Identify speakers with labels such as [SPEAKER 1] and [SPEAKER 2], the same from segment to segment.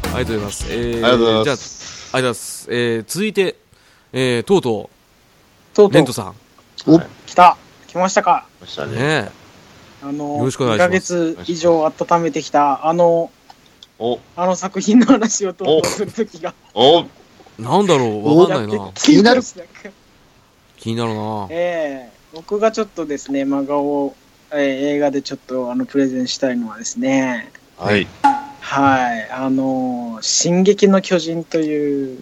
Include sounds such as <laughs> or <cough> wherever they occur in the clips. [SPEAKER 1] 。えーじゃあ、ありがとう
[SPEAKER 2] ありがとうございます。
[SPEAKER 1] ございます。えー、続いて、えー、とうと
[SPEAKER 3] とう
[SPEAKER 1] う、レ
[SPEAKER 3] とう
[SPEAKER 1] ント、さ
[SPEAKER 2] お
[SPEAKER 3] はい来た来ましたか
[SPEAKER 2] ました
[SPEAKER 1] ん。
[SPEAKER 2] ね。
[SPEAKER 1] ね
[SPEAKER 3] あの、
[SPEAKER 1] よろしくお願い
[SPEAKER 3] 2
[SPEAKER 1] しま
[SPEAKER 3] ヶ
[SPEAKER 1] す
[SPEAKER 3] 月以上温めてきた、あの、
[SPEAKER 2] お、
[SPEAKER 3] あの作品の話をとうとうするときが、
[SPEAKER 2] お、
[SPEAKER 1] え。なんだろうわかんない
[SPEAKER 3] や
[SPEAKER 1] な
[SPEAKER 3] って。気になる。
[SPEAKER 1] 気になるな。
[SPEAKER 3] ええ僕がちょっとですね、漫画を、えー映画でちょっとあのプレゼンしたいのはですね、
[SPEAKER 2] はい。
[SPEAKER 3] はい、あのー進撃の巨人という、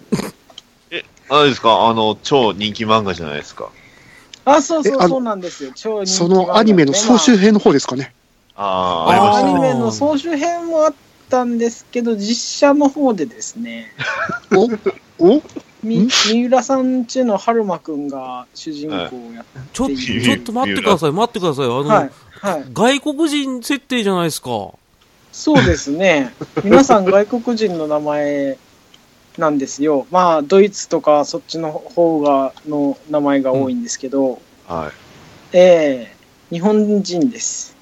[SPEAKER 2] あれですかあの、超人気漫画じゃないですか。
[SPEAKER 3] あ、そうそ
[SPEAKER 4] えあ
[SPEAKER 3] う、
[SPEAKER 4] の
[SPEAKER 3] そうなんですよ。超人気
[SPEAKER 4] そのアニメの総集
[SPEAKER 3] 編
[SPEAKER 4] 編の方ですかね。
[SPEAKER 2] ああ、
[SPEAKER 1] あ
[SPEAKER 2] ありま
[SPEAKER 3] ア
[SPEAKER 2] した
[SPEAKER 3] ニ
[SPEAKER 2] ね。
[SPEAKER 3] メの総集編もあったんですけど、実写の方でですね、
[SPEAKER 4] お
[SPEAKER 3] み
[SPEAKER 4] ん
[SPEAKER 3] 三浦さんちの春馬くんが主人公をやっ
[SPEAKER 1] ちょ、
[SPEAKER 3] っていう
[SPEAKER 1] ちょっと待ってください、待ってください。あの、
[SPEAKER 3] て、はい、はい。
[SPEAKER 1] 外国人設定じゃないですか。
[SPEAKER 3] そうですね。皆さん外国人の名前なんですよ。まあ、ドイツとかそっちの方が、の名前が多いんですけど、
[SPEAKER 2] はい。
[SPEAKER 3] ええ日本人です。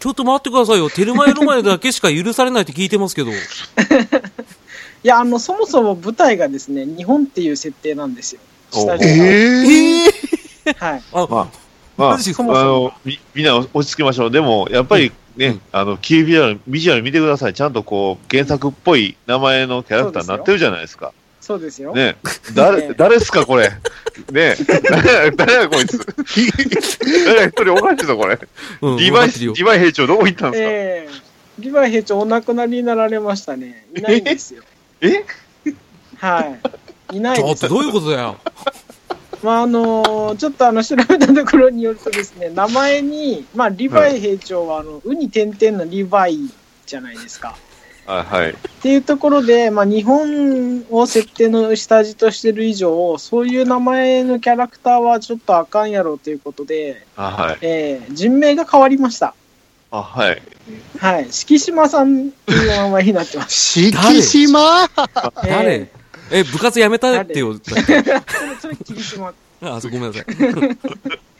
[SPEAKER 1] ちょっと待ってくださいよ。テルマエロマエだけしか許されないって聞いてますけど。
[SPEAKER 3] いや、あの、そもそも舞台がですね、日本っていう設定なんですよ。
[SPEAKER 2] お
[SPEAKER 3] 下地が
[SPEAKER 4] ええ
[SPEAKER 1] ええ
[SPEAKER 3] はい。
[SPEAKER 1] あ、
[SPEAKER 2] ままあ、あ
[SPEAKER 1] マジですか
[SPEAKER 2] の、み、みんな落ち着きましょう。でも、やっぱり
[SPEAKER 1] う
[SPEAKER 2] ね
[SPEAKER 1] ん、
[SPEAKER 2] あの、キービジュアル、ビジュアル見てください。ちゃんとこう、原作っぽい名前のキャラクターになってるじゃないですか。
[SPEAKER 3] そうですよ。
[SPEAKER 2] ね。誰、 <laughs> 誰っすか、これ。ね。誰や、誰や、こ <laughs> いつ。誰や、一人おかしいぞ、これ。
[SPEAKER 1] うん、
[SPEAKER 2] リ
[SPEAKER 1] 分
[SPEAKER 2] ヴ
[SPEAKER 1] かっ
[SPEAKER 2] ァイ、
[SPEAKER 1] てる
[SPEAKER 2] リ
[SPEAKER 1] よ
[SPEAKER 2] ヴ。ァイ兵長どこ行ったんですか
[SPEAKER 3] ええリヴァイ兵長お亡くなりになられましたね。いないんですよ。
[SPEAKER 2] え
[SPEAKER 3] はい。いない
[SPEAKER 1] ち
[SPEAKER 3] で
[SPEAKER 1] ょ
[SPEAKER 3] す
[SPEAKER 1] っとどういうことだよ。
[SPEAKER 3] まああのちょっとあの調べたところによるとですね、名前に、まあ、リヴァイ兵長は、あの、ウニ点々のリヴァイじゃないですか。
[SPEAKER 2] あ、はい。
[SPEAKER 3] っていうところで、まあ、日本を設定の下地としてる以上、そういう名前のキャラクターはちょっとあかんやろうということで、
[SPEAKER 2] あ、はい。
[SPEAKER 3] えー人名が変わりました。
[SPEAKER 2] あ、はい。
[SPEAKER 3] はい。敷島さんっていう名前にな
[SPEAKER 4] <laughs>
[SPEAKER 3] ってます。
[SPEAKER 4] 敷島
[SPEAKER 1] 誰
[SPEAKER 3] え
[SPEAKER 1] え、部活やめたってよ。
[SPEAKER 3] ーそれ、それ、霧島
[SPEAKER 1] あ、そうごめんなさ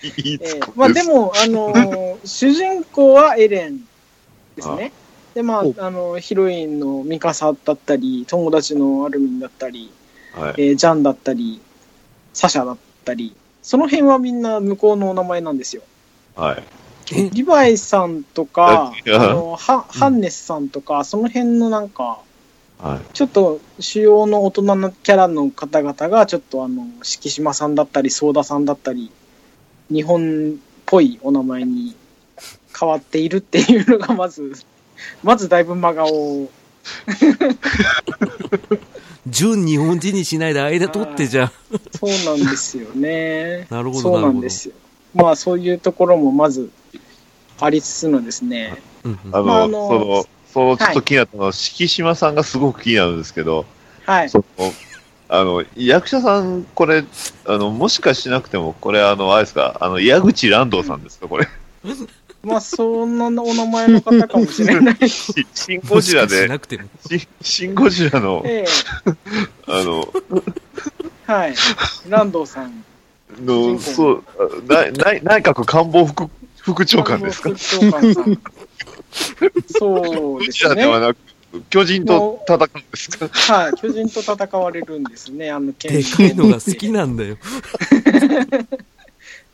[SPEAKER 1] い。
[SPEAKER 2] いい
[SPEAKER 3] え
[SPEAKER 2] つ
[SPEAKER 3] ーまあでも、あの
[SPEAKER 2] <laughs>
[SPEAKER 3] ー主人公はエレンですね。で、まあ、
[SPEAKER 4] お
[SPEAKER 3] あの、ヒロインのミカサだったり、友達のアルミンだったり、
[SPEAKER 2] はい。
[SPEAKER 3] えージャンだったり、サシャだったり、その辺はみんな向こうのお名前なんですよ。
[SPEAKER 2] はい。
[SPEAKER 1] え、
[SPEAKER 3] リヴァイさんとか、
[SPEAKER 2] いや
[SPEAKER 3] あのハハンネスさんとか、その辺のなんか、
[SPEAKER 2] はい。
[SPEAKER 3] ちょっと主要の大人のキャラの方々が、ちょっとあの、敷島さんだったり、ソ田さんだったり、日本っぽいお名前に変わっているっていうのが、まず、 <laughs> まずだいぶ真顔。
[SPEAKER 1] 純日本人にしないで間取ってじゃ
[SPEAKER 3] そうなんですよね。
[SPEAKER 1] <laughs> なるほど
[SPEAKER 3] そう
[SPEAKER 1] な
[SPEAKER 3] な
[SPEAKER 1] るほ
[SPEAKER 3] ん
[SPEAKER 1] ど
[SPEAKER 3] ですよ。まあ、そういうところもまずありつつのですね。
[SPEAKER 1] あ。うんうん
[SPEAKER 2] あの、
[SPEAKER 3] まああの
[SPEAKER 2] その、その、ちょっと気になったのは、敷島さんがすごく気になるんですけど、
[SPEAKER 3] はい。
[SPEAKER 2] その、あの、役者さん、これ、あの、もしかしなくても、これ、あの、あれですか、あの、矢口蘭道さんですか、
[SPEAKER 3] <laughs>
[SPEAKER 2] これ。
[SPEAKER 3] まあ、そんなお名前の方かもしれない。
[SPEAKER 2] しシンゴジラ
[SPEAKER 1] もしかし
[SPEAKER 2] で、
[SPEAKER 1] なくても。
[SPEAKER 2] しシンゴジラの、
[SPEAKER 3] ええ
[SPEAKER 2] あの、
[SPEAKER 3] はい。ランドさん。
[SPEAKER 2] の、そう、あ内内内閣官房副副長官ですか
[SPEAKER 3] 官房副長官さんそう
[SPEAKER 2] ゴ
[SPEAKER 3] で
[SPEAKER 2] ジ
[SPEAKER 3] す
[SPEAKER 2] ラで
[SPEAKER 3] ね。
[SPEAKER 2] はなく、巨人と戦うんですか
[SPEAKER 3] はい。巨人と戦われるんですね。あの、剣
[SPEAKER 1] でかいのが好きなんだよ。 <laughs>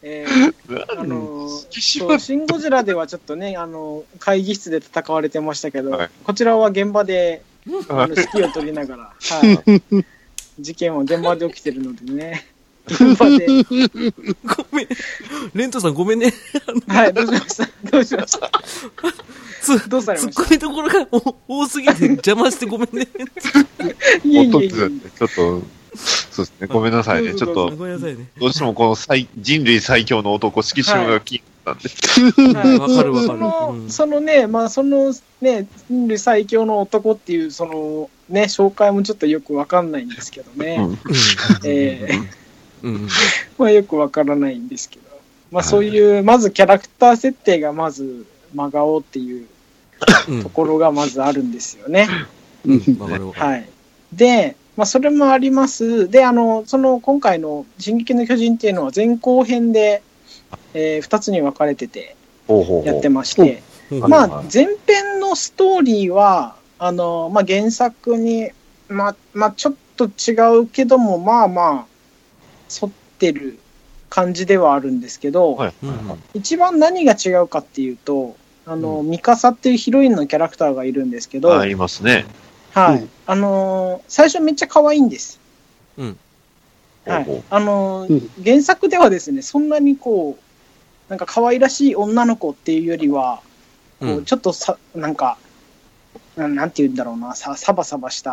[SPEAKER 3] えーあ
[SPEAKER 2] なん
[SPEAKER 3] の
[SPEAKER 2] 敷
[SPEAKER 3] そう
[SPEAKER 2] 島
[SPEAKER 3] シン・ゴジラではちょっとね、あの、会議室で戦われてましたけど、
[SPEAKER 2] はい
[SPEAKER 3] こちらは現場で、あの、
[SPEAKER 2] はい
[SPEAKER 3] 指揮を取りながら、はい。事件は現場で起きてるのでね。現場で。
[SPEAKER 1] ごめん。レントさんごめんね。
[SPEAKER 3] はい、どうしましたどうしました
[SPEAKER 1] つ、
[SPEAKER 3] どうされ
[SPEAKER 1] ツ
[SPEAKER 2] <laughs>
[SPEAKER 3] ました
[SPEAKER 1] ッコミどころがお多すぎて邪魔してごめんね。
[SPEAKER 3] いえいえいえ。
[SPEAKER 2] ちょっと、そうですね、ごめんなさいね、ちょっ
[SPEAKER 1] ご
[SPEAKER 2] と、
[SPEAKER 1] めんなさいね。
[SPEAKER 2] どうしてもこの最人類最強の男、敷島が金なんで、
[SPEAKER 3] はい
[SPEAKER 1] わかるわかる
[SPEAKER 3] その、
[SPEAKER 1] うん
[SPEAKER 3] そのね、まあ、そのね、人類最強の男っていう、その、ね、紹介もちょっとよくわかんないんですけどね。
[SPEAKER 2] うん
[SPEAKER 3] えー
[SPEAKER 1] うん。うん。
[SPEAKER 3] <laughs> まあ、よくわからないんですけど。まあ、そういう、まずキャラクター設定がまず、真顔っていう
[SPEAKER 1] うん
[SPEAKER 3] ところがまずあるんですよね。
[SPEAKER 1] うん。わかるわかる。
[SPEAKER 3] はい。で、まあ、それもあります。で、あの、その、今回の、進撃の巨人っていうのは前後編で、えー、2つに分かれてて、
[SPEAKER 2] ほうほう
[SPEAKER 3] や
[SPEAKER 2] ほ
[SPEAKER 3] って
[SPEAKER 2] う。
[SPEAKER 3] まして、
[SPEAKER 1] うん
[SPEAKER 2] はい
[SPEAKER 3] まあ
[SPEAKER 2] はい、
[SPEAKER 3] 前編のストーリーは、あの、まあ、原作にまあ、まあ、ちょっと違うけども、まあまあ、沿ってる感じではあるんですけど、
[SPEAKER 2] はい
[SPEAKER 1] うんうん
[SPEAKER 3] 一番何が違うかっていうと、あの、
[SPEAKER 1] う
[SPEAKER 3] ミカサっていうヒロインのキャラクターがいるんですけど、
[SPEAKER 2] あ
[SPEAKER 3] は
[SPEAKER 2] り
[SPEAKER 3] い。
[SPEAKER 2] ますね。
[SPEAKER 4] うん
[SPEAKER 3] あのー最初めっちゃ可愛いんです。はい
[SPEAKER 2] ほうほう。
[SPEAKER 3] あのー
[SPEAKER 4] うん
[SPEAKER 3] 原作ではですね、そんなにこう、なんか可愛らしい女の子っていうよりは、こ
[SPEAKER 1] う
[SPEAKER 3] うんちょっとさ、なんか、なんなんて言うんだろうな、さ、サバサバした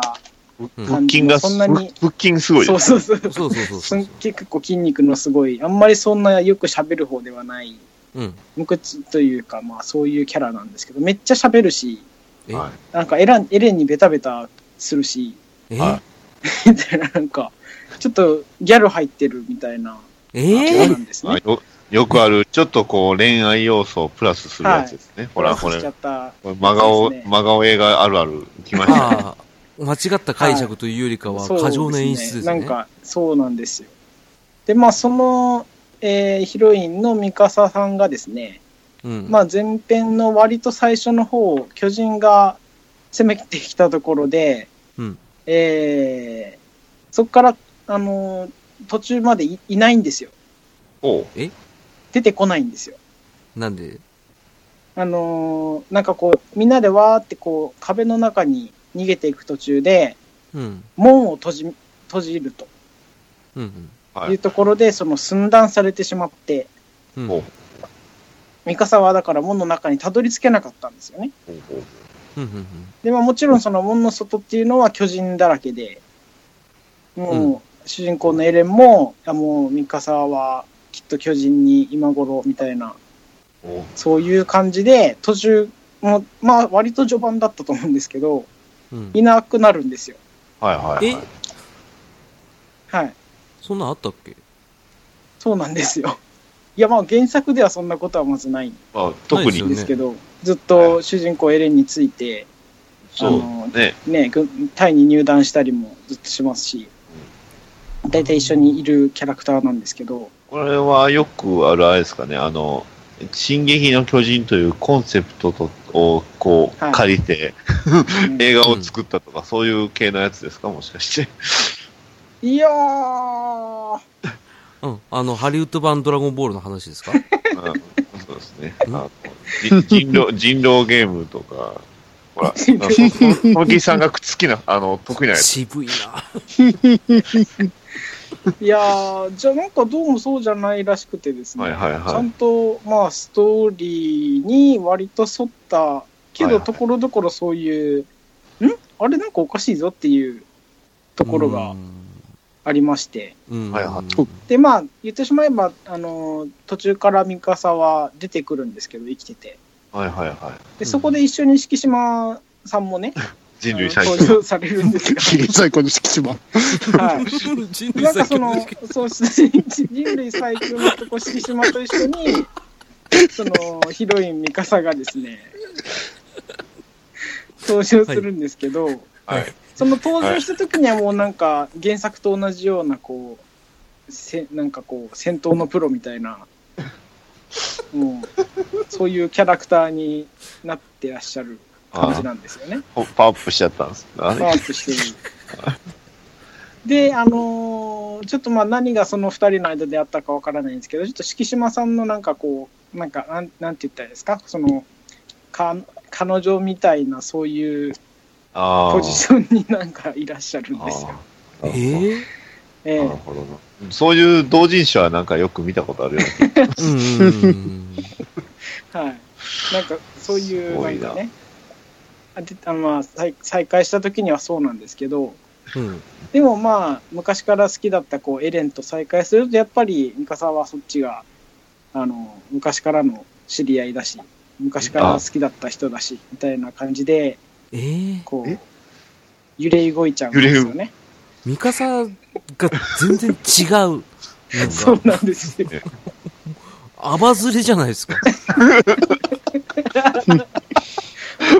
[SPEAKER 1] うん
[SPEAKER 2] 腹筋が、
[SPEAKER 3] そんなに
[SPEAKER 2] 腹筋すごい
[SPEAKER 3] そ
[SPEAKER 2] で
[SPEAKER 3] う
[SPEAKER 2] す。
[SPEAKER 3] そうそう。
[SPEAKER 1] そうそうそう
[SPEAKER 3] す
[SPEAKER 1] そ
[SPEAKER 3] ん
[SPEAKER 1] う。
[SPEAKER 3] 結構筋肉のすごい、あんまりそんなよく喋る方ではない、
[SPEAKER 1] うん。
[SPEAKER 3] 無口というか、まあそういうキャラなんですけど、めっちゃ喋るし、
[SPEAKER 1] え、
[SPEAKER 2] は
[SPEAKER 3] なんかエランエレンにベタベタするし、
[SPEAKER 1] え、
[SPEAKER 2] は
[SPEAKER 3] みたいな、なんか、ちょっとギャル入ってるみたいな
[SPEAKER 1] え
[SPEAKER 3] キャラ
[SPEAKER 1] ー
[SPEAKER 3] なんですね。
[SPEAKER 2] あよよくある、ちょっとこう恋愛要素をプラスするやつですね。ほら、こ
[SPEAKER 3] し
[SPEAKER 2] れ
[SPEAKER 3] ちゃ、った。
[SPEAKER 2] これ真顔、
[SPEAKER 3] ですね
[SPEAKER 2] 真顔映画あるある来ました。
[SPEAKER 1] ああ、間違った解釈というよりかは、過剰な演出です
[SPEAKER 3] なん
[SPEAKER 1] ね。
[SPEAKER 3] か、そうなんですよ。で、まあその、えーヒロインのミカサさんがですね、
[SPEAKER 1] うん。
[SPEAKER 3] まあ、前編の割と最初の方、巨人が攻めてきたところで、
[SPEAKER 1] うん
[SPEAKER 3] えーそこから、あのー途中までいいないんですよ。
[SPEAKER 2] おう
[SPEAKER 3] 出てこないんですよ。
[SPEAKER 1] なんで、
[SPEAKER 3] あのーなんかこう、みんなでわーってこう、壁の中に逃げていく途中で、
[SPEAKER 1] うん。
[SPEAKER 3] 門を閉じ、閉じると。
[SPEAKER 1] うん。
[SPEAKER 2] はいいう
[SPEAKER 3] ところで、その寸断されてしまって、
[SPEAKER 1] うん。
[SPEAKER 2] おう
[SPEAKER 3] 三笠はだから門の中にたどり着けなかったんですよね。
[SPEAKER 2] ほうほう
[SPEAKER 1] うん。うん。
[SPEAKER 3] で、まあもちろんその門の外っていうのは巨人だらけで、
[SPEAKER 1] う
[SPEAKER 3] もう、主人公のエレンも、いやもう、ミカサはきっと巨人に今頃みたいな、
[SPEAKER 2] おう
[SPEAKER 3] そういう感じで、途中、もうまあ割と序盤だったと思うんですけど、
[SPEAKER 1] うんうん
[SPEAKER 3] いなくなるんですよ。
[SPEAKER 2] はいはいはい
[SPEAKER 1] え、
[SPEAKER 3] はい。
[SPEAKER 1] そんなんあったっけ
[SPEAKER 3] そうなんですよ。いやまあ原作ではそんなことはまずないん
[SPEAKER 2] まあ。特
[SPEAKER 1] ない
[SPEAKER 2] に、
[SPEAKER 3] ですけど、ずっと主人公エレンについて、
[SPEAKER 2] そうね。
[SPEAKER 3] ね、軍隊に入団したりもずっとしますし、大体一緒にいるキャラクターなんですけど、
[SPEAKER 2] これはよくあるあれですかね、あの、進撃の巨人というコンセプトとをこう、
[SPEAKER 3] はい
[SPEAKER 2] 借りて、
[SPEAKER 3] うん
[SPEAKER 2] 映画を作ったとか、そういう系のやつですか、もしか
[SPEAKER 3] <laughs>
[SPEAKER 2] して。
[SPEAKER 3] いやー、
[SPEAKER 1] うん。あの、ハリウッド版ドラゴンボールの話ですか
[SPEAKER 2] うん、そうですね。あのじ人狼、人狼ゲームとか、ほら、
[SPEAKER 3] 人狼
[SPEAKER 2] 小木さんが好きな、あの、 <laughs> 得意なやつ。
[SPEAKER 1] 渋いな。
[SPEAKER 3] いやー、じゃあなんかどうもそうじゃないらしくてですね、
[SPEAKER 2] はいはい
[SPEAKER 3] ちゃ
[SPEAKER 2] は
[SPEAKER 3] んと、まあ、ストーリーに割と沿った、け
[SPEAKER 2] はい
[SPEAKER 3] ど、
[SPEAKER 2] はい
[SPEAKER 3] ところどころそういう、んあれなんかおかしいぞっていうところがありまして、
[SPEAKER 1] うん。
[SPEAKER 2] はいは
[SPEAKER 1] う
[SPEAKER 3] で、まあ、言ってしまえば、あのー、途中からミカサは出てくるんですけど、生きてて。
[SPEAKER 2] い。はいはいは
[SPEAKER 3] で、そこで一緒に敷島さんもね、
[SPEAKER 2] い。人類
[SPEAKER 3] あ
[SPEAKER 2] 最
[SPEAKER 3] の
[SPEAKER 2] 強。
[SPEAKER 3] 登場されるんです
[SPEAKER 4] 切り最高の敷島。
[SPEAKER 3] が、はい。 <laughs>
[SPEAKER 1] ん。人類
[SPEAKER 3] なんか
[SPEAKER 1] 最
[SPEAKER 3] そ
[SPEAKER 1] 強の
[SPEAKER 3] の、そう、人類最強のとこ、敷島と一緒に、その、ヒロイン、ミカサがですね、登場するんですけど、
[SPEAKER 2] はい。
[SPEAKER 3] その登場した時にはもうなんか、原作と同じような、こう、せなんかこう、戦闘のプロみたいな、もう、そういうキャラクターになってらっしゃる感じなんですよね。
[SPEAKER 2] ほパワーアップしちゃったんです。あ
[SPEAKER 3] パワーアップしてる。で、あのーちょっとまあ何がその2人の間であったかわからないんですけど、ちょっと敷島さんのなんかこう、なんか、なんなんて言ったらいいですか、その、か彼女みたいなそういう
[SPEAKER 2] あー
[SPEAKER 3] ポジションになんかいらっしゃるんですよ。
[SPEAKER 2] あー
[SPEAKER 1] ええ
[SPEAKER 3] ええ
[SPEAKER 2] なるほどな。そういう同人誌はなんかよく見たことあるような。
[SPEAKER 1] うんうんうん
[SPEAKER 3] はい。なんかそういう、
[SPEAKER 2] すご
[SPEAKER 3] なん
[SPEAKER 2] いな
[SPEAKER 3] かね、あであのまあ再再会した時にはそうなんですけど、
[SPEAKER 1] うん。うん。
[SPEAKER 3] でもまあ、昔から好きだったこうエレンと再会すると、やっぱりミカサはそっちが、あの、昔からの知り合いだし、昔から好きだった人だし、みたいな感じで、
[SPEAKER 1] ええ
[SPEAKER 3] こ
[SPEAKER 2] え
[SPEAKER 3] う、揺れ動いちゃうんですよね。
[SPEAKER 1] ミカサが全然違う。なん
[SPEAKER 3] そ
[SPEAKER 1] か
[SPEAKER 3] う、なんです
[SPEAKER 2] <laughs>
[SPEAKER 3] よ。
[SPEAKER 1] アバズレじゃないです
[SPEAKER 3] <laughs>
[SPEAKER 1] か。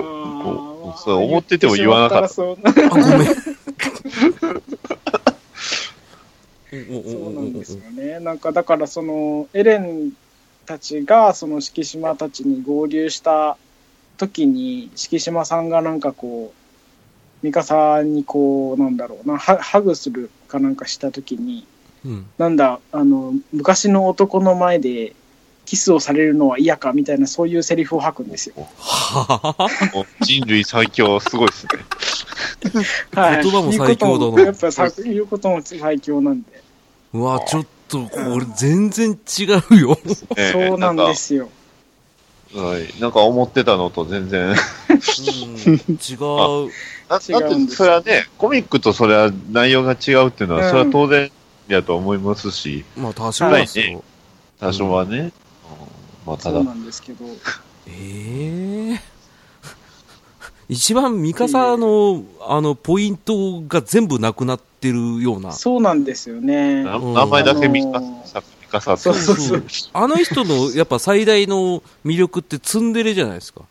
[SPEAKER 2] こうそう思ってても言わなかった
[SPEAKER 3] そう言ってしまった
[SPEAKER 1] あ、
[SPEAKER 3] ら
[SPEAKER 1] ご
[SPEAKER 3] <laughs>
[SPEAKER 1] めん。
[SPEAKER 3] そうそうなんですよ
[SPEAKER 1] よ。
[SPEAKER 3] ね。なんかだからその、エレンたちが、その敷島たちに合流した時に、敷島さんがなんかこう、ミカサにこう、なんだろうな、ハハグするかなんかしたときに、
[SPEAKER 1] うん。
[SPEAKER 3] なんだ、あの、昔の男の前で、キスをされるのは嫌かみたいな、そういうセリフを吐くんですよ。
[SPEAKER 1] はは
[SPEAKER 2] もう人類最強、すごいですね。
[SPEAKER 3] はい。
[SPEAKER 1] 言葉も最強だな
[SPEAKER 3] いうこともやっぱさ、言うことも最強なんで。
[SPEAKER 1] うわ、ちょっと、これ全然違うよ。
[SPEAKER 2] ね
[SPEAKER 3] そうなんですよ。
[SPEAKER 2] なんかはい。なんか思ってたのと全然。
[SPEAKER 1] うん、違う。
[SPEAKER 2] だ
[SPEAKER 3] 違
[SPEAKER 2] だっ
[SPEAKER 3] う
[SPEAKER 2] て、
[SPEAKER 3] んです
[SPEAKER 2] それはね、コミックとそれは内容が違うっていうのは、
[SPEAKER 3] うん
[SPEAKER 2] それは当然やと思いますし、
[SPEAKER 1] まあ、多少だけど。
[SPEAKER 2] 多少はね。うんまあ、た
[SPEAKER 3] そう
[SPEAKER 2] だ、
[SPEAKER 3] なんですけど。
[SPEAKER 1] ええ <laughs> 一番ミカサの、あの、ポイントが全部なくなってるような。
[SPEAKER 3] そうなんですよね。
[SPEAKER 2] な
[SPEAKER 1] うん
[SPEAKER 2] 名前だけミ
[SPEAKER 3] あ
[SPEAKER 2] カ
[SPEAKER 3] のー
[SPEAKER 2] サ、ミカサって。
[SPEAKER 3] そうそうそう。
[SPEAKER 1] あの人の、やっぱ最大の魅力ってツンデレじゃないですか。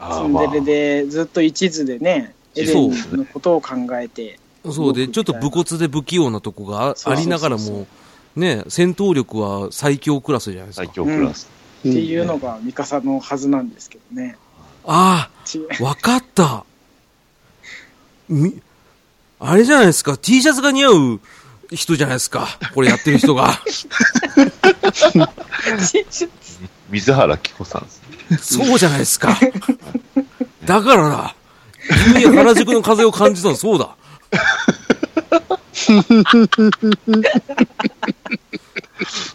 [SPEAKER 2] あ
[SPEAKER 3] ツ
[SPEAKER 2] ー
[SPEAKER 3] ン
[SPEAKER 2] まあ
[SPEAKER 3] デレでずっと一途でね、エレンのことを考えて、
[SPEAKER 1] そうで、
[SPEAKER 3] 僕み
[SPEAKER 1] ちょ
[SPEAKER 3] た
[SPEAKER 1] っ
[SPEAKER 3] い
[SPEAKER 1] と
[SPEAKER 3] な
[SPEAKER 1] 武骨で不器用なとこがあ
[SPEAKER 3] そうそうそうそう
[SPEAKER 1] ありながらも、ね、戦闘力は最強クラスじゃないです
[SPEAKER 2] 最
[SPEAKER 1] か。
[SPEAKER 2] 強クラス。
[SPEAKER 4] うん
[SPEAKER 3] っていうのがミカサのはずなんですけどね。
[SPEAKER 1] あ
[SPEAKER 3] ち
[SPEAKER 1] あ、わかった。み、あれじゃないですか、T シャツが似合う人じゃないですか、これやってる人
[SPEAKER 3] <laughs>
[SPEAKER 1] が。
[SPEAKER 2] 水原希子さんですね。
[SPEAKER 1] そうじゃないですか。だからだ。急に原宿の風を感じたの、そうだ。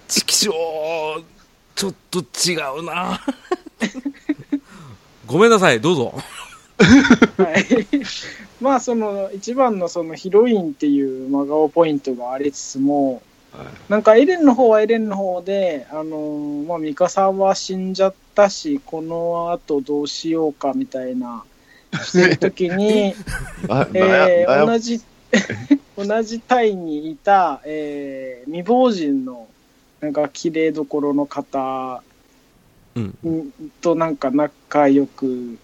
[SPEAKER 1] ちきしょう、ちょっと違うな。ごめんなさい、どうぞ。
[SPEAKER 3] はい、 <laughs> まあその一番のそのヒロインっていう真顔ポイントがありつつも、
[SPEAKER 2] はい
[SPEAKER 3] なんかエレンの方はエレンの方で、あのーまあ、ミカサは死んじゃったし、この後どうしようかみた
[SPEAKER 2] <laughs>
[SPEAKER 3] いな、してる時に、
[SPEAKER 2] な悩
[SPEAKER 3] えー
[SPEAKER 2] 悩む
[SPEAKER 3] 同じ、 <laughs> 同じタイにいた、えー未亡人の、なんか、綺麗どころの方
[SPEAKER 1] うん。
[SPEAKER 3] んと、なんか、仲良く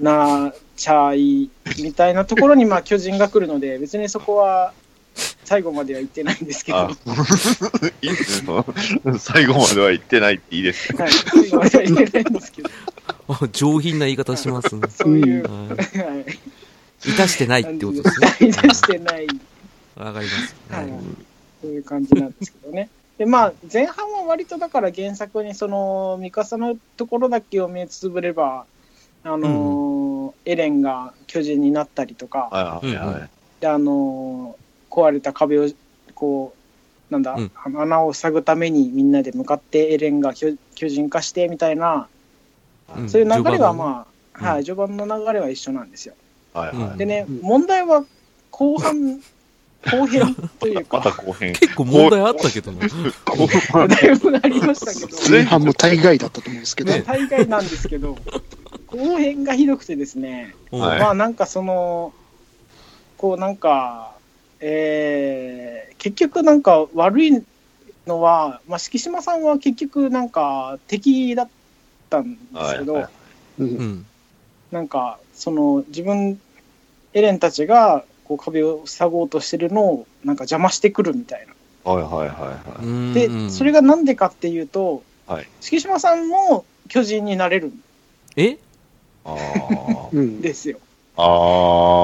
[SPEAKER 3] なっちゃい、みたいなところに、まあ、巨人が来るので、別にそこは、最後までは行ってないんですけど、
[SPEAKER 2] あ <laughs>
[SPEAKER 3] はい、
[SPEAKER 2] いいですね最後までは言ってないっていいです
[SPEAKER 3] <laughs>
[SPEAKER 2] ね。
[SPEAKER 3] 最後までは行ってないんですけど、
[SPEAKER 1] あ上品な言い方しますね。
[SPEAKER 3] そういう、は。
[SPEAKER 1] はいいいたしてないってことですね。
[SPEAKER 3] 感じで出してない。
[SPEAKER 1] わかります。
[SPEAKER 3] はい
[SPEAKER 1] はい
[SPEAKER 3] そういう感じなんですけどね。で、まあ、前半は割とだから原作にその、ミカサのところだけを目つぶれば、あのーエレンが巨人になったりとか、
[SPEAKER 2] はいはいはい。
[SPEAKER 3] で、あのー壊れた壁を、こう、なんだ、
[SPEAKER 1] うん
[SPEAKER 3] あの穴を塞ぐためにみんなで向かってエレンが巨巨人化してみたいな、
[SPEAKER 1] うん
[SPEAKER 3] そういう流れはまあ、
[SPEAKER 1] 序盤のね
[SPEAKER 3] はい、序盤の流れは一緒なんですよ。
[SPEAKER 2] はいはい
[SPEAKER 3] でね、
[SPEAKER 4] うん
[SPEAKER 3] 問題は
[SPEAKER 1] <laughs>
[SPEAKER 3] 後半、後編という
[SPEAKER 2] ま
[SPEAKER 3] か、
[SPEAKER 2] た後編。
[SPEAKER 1] 結構問題あったけどね。
[SPEAKER 2] 後 <laughs> 半
[SPEAKER 3] だいぶありましたけど。
[SPEAKER 4] 前半も大概だったと思うんですけど、
[SPEAKER 1] ね
[SPEAKER 3] 大概なんですけど、後編がひどくてですね、
[SPEAKER 2] はい
[SPEAKER 3] まあなんかその、こうなんか、えー結局なんか悪いのは、まあ、敷島さんは結局なんか敵だったんですけど、
[SPEAKER 2] はいはい
[SPEAKER 4] うん
[SPEAKER 1] うん。
[SPEAKER 3] なんかその自分、エレンたちがこう壁を塞ごうとしてるのをなんか邪魔してくるみたいな。
[SPEAKER 2] はいはいはいは
[SPEAKER 1] うん。
[SPEAKER 3] で、それがなんでかっていうと、
[SPEAKER 2] はい
[SPEAKER 3] 敷島さんも巨人になれるん
[SPEAKER 1] え
[SPEAKER 2] い。
[SPEAKER 4] うん
[SPEAKER 3] ですよ。
[SPEAKER 2] ああ。あ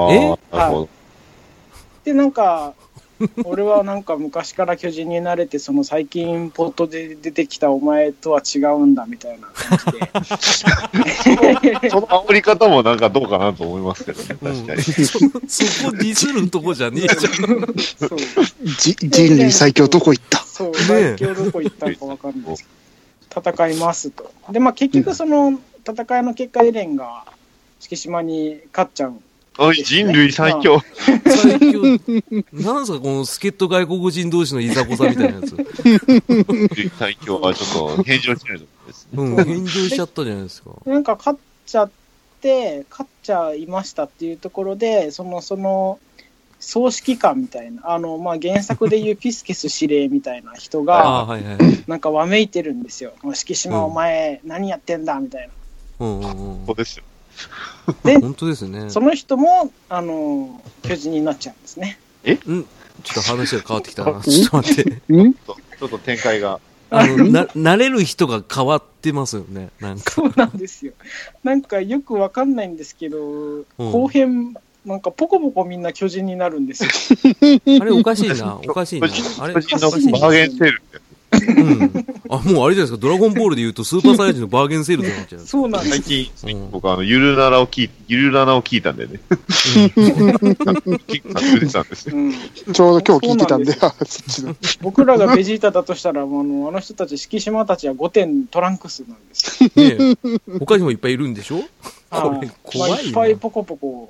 [SPEAKER 2] あ。
[SPEAKER 1] え
[SPEAKER 2] なるほど。
[SPEAKER 3] でなんか俺はなんか昔から巨人になれてその最近ポットで出てきたお前とは違うんだみたいな感じで
[SPEAKER 2] <laughs> その煽り方もなんかどうかなと思いますけどね、確か
[SPEAKER 1] <laughs>
[SPEAKER 2] に。
[SPEAKER 1] そそこディスるとこじゃねえじゃん。 <laughs>
[SPEAKER 3] そう
[SPEAKER 4] じ人類最強どこ行った
[SPEAKER 3] そう
[SPEAKER 1] ねえ
[SPEAKER 3] 最強どこ行ったのかわかんないですけど戦いますとでまあ結局その戦いの結果エレンが敷島に勝っちゃう
[SPEAKER 2] おい、人類最 <laughs> 強。
[SPEAKER 1] 最強。なんすか、この助っ人外国人同士のいざこざみたいなやつ。
[SPEAKER 2] 人類最強はちょっと返上しないとですね。
[SPEAKER 1] うん、返上しちゃったじゃないですか。
[SPEAKER 3] なんか勝っちゃって、勝っちゃいましたっていうところで、その、その、葬式官みたいな、あの、まあ、原作でいうピスケス司令みたいな人
[SPEAKER 1] ああ
[SPEAKER 3] が、
[SPEAKER 1] ー、はいはい。
[SPEAKER 3] なんかわめいてるんですよ。もう敷島お前、何やってんだみたい
[SPEAKER 1] うんうんうん
[SPEAKER 2] そうですよ。
[SPEAKER 1] 本当ですね。
[SPEAKER 3] な。その人も、あの、巨人になっちゃうんですね。
[SPEAKER 1] うん。ちょっと話が変わってきた <laughs> な。ちょっと待って。
[SPEAKER 4] ん
[SPEAKER 2] ちょっとちょっと展開が。
[SPEAKER 1] あの、な、慣れる人が変わってますよね。なんか。
[SPEAKER 3] そうなんですよ。なんかよくわかんないんですけど、
[SPEAKER 1] うん
[SPEAKER 3] 後編っなんかポコポコみんな巨人になるんですよ。
[SPEAKER 1] あれおかしいな、おかしい
[SPEAKER 2] 個
[SPEAKER 1] な。
[SPEAKER 2] 人
[SPEAKER 1] あれ、
[SPEAKER 2] 個人の
[SPEAKER 1] おかしいな
[SPEAKER 2] バーゲンセールってや
[SPEAKER 1] うん。あ、もうあれじゃないですか、ドラゴンボールで言うとスーパーサイヤ人のバーゲンセールとなっちゃう。
[SPEAKER 3] そうなん
[SPEAKER 2] つ
[SPEAKER 3] です。
[SPEAKER 2] 最近、
[SPEAKER 1] うん
[SPEAKER 2] 僕あの、ゆるならを聞い、ゆるならを聞いたんでね。結構買ってたんですよ。
[SPEAKER 3] うん、
[SPEAKER 4] ちょうど今日聞いてたんで、
[SPEAKER 3] そ
[SPEAKER 4] あそっちだ。
[SPEAKER 3] 僕らがベジータだとしたら、もうあのあの人たち、敷島たちは5点トランクスなんですよ。
[SPEAKER 1] ねえ他にもいっぱいいるんでしょ <laughs> こ
[SPEAKER 3] はい
[SPEAKER 1] れ怖
[SPEAKER 3] まあい
[SPEAKER 1] い
[SPEAKER 3] っ
[SPEAKER 1] な
[SPEAKER 3] ぱ。いポコポコ、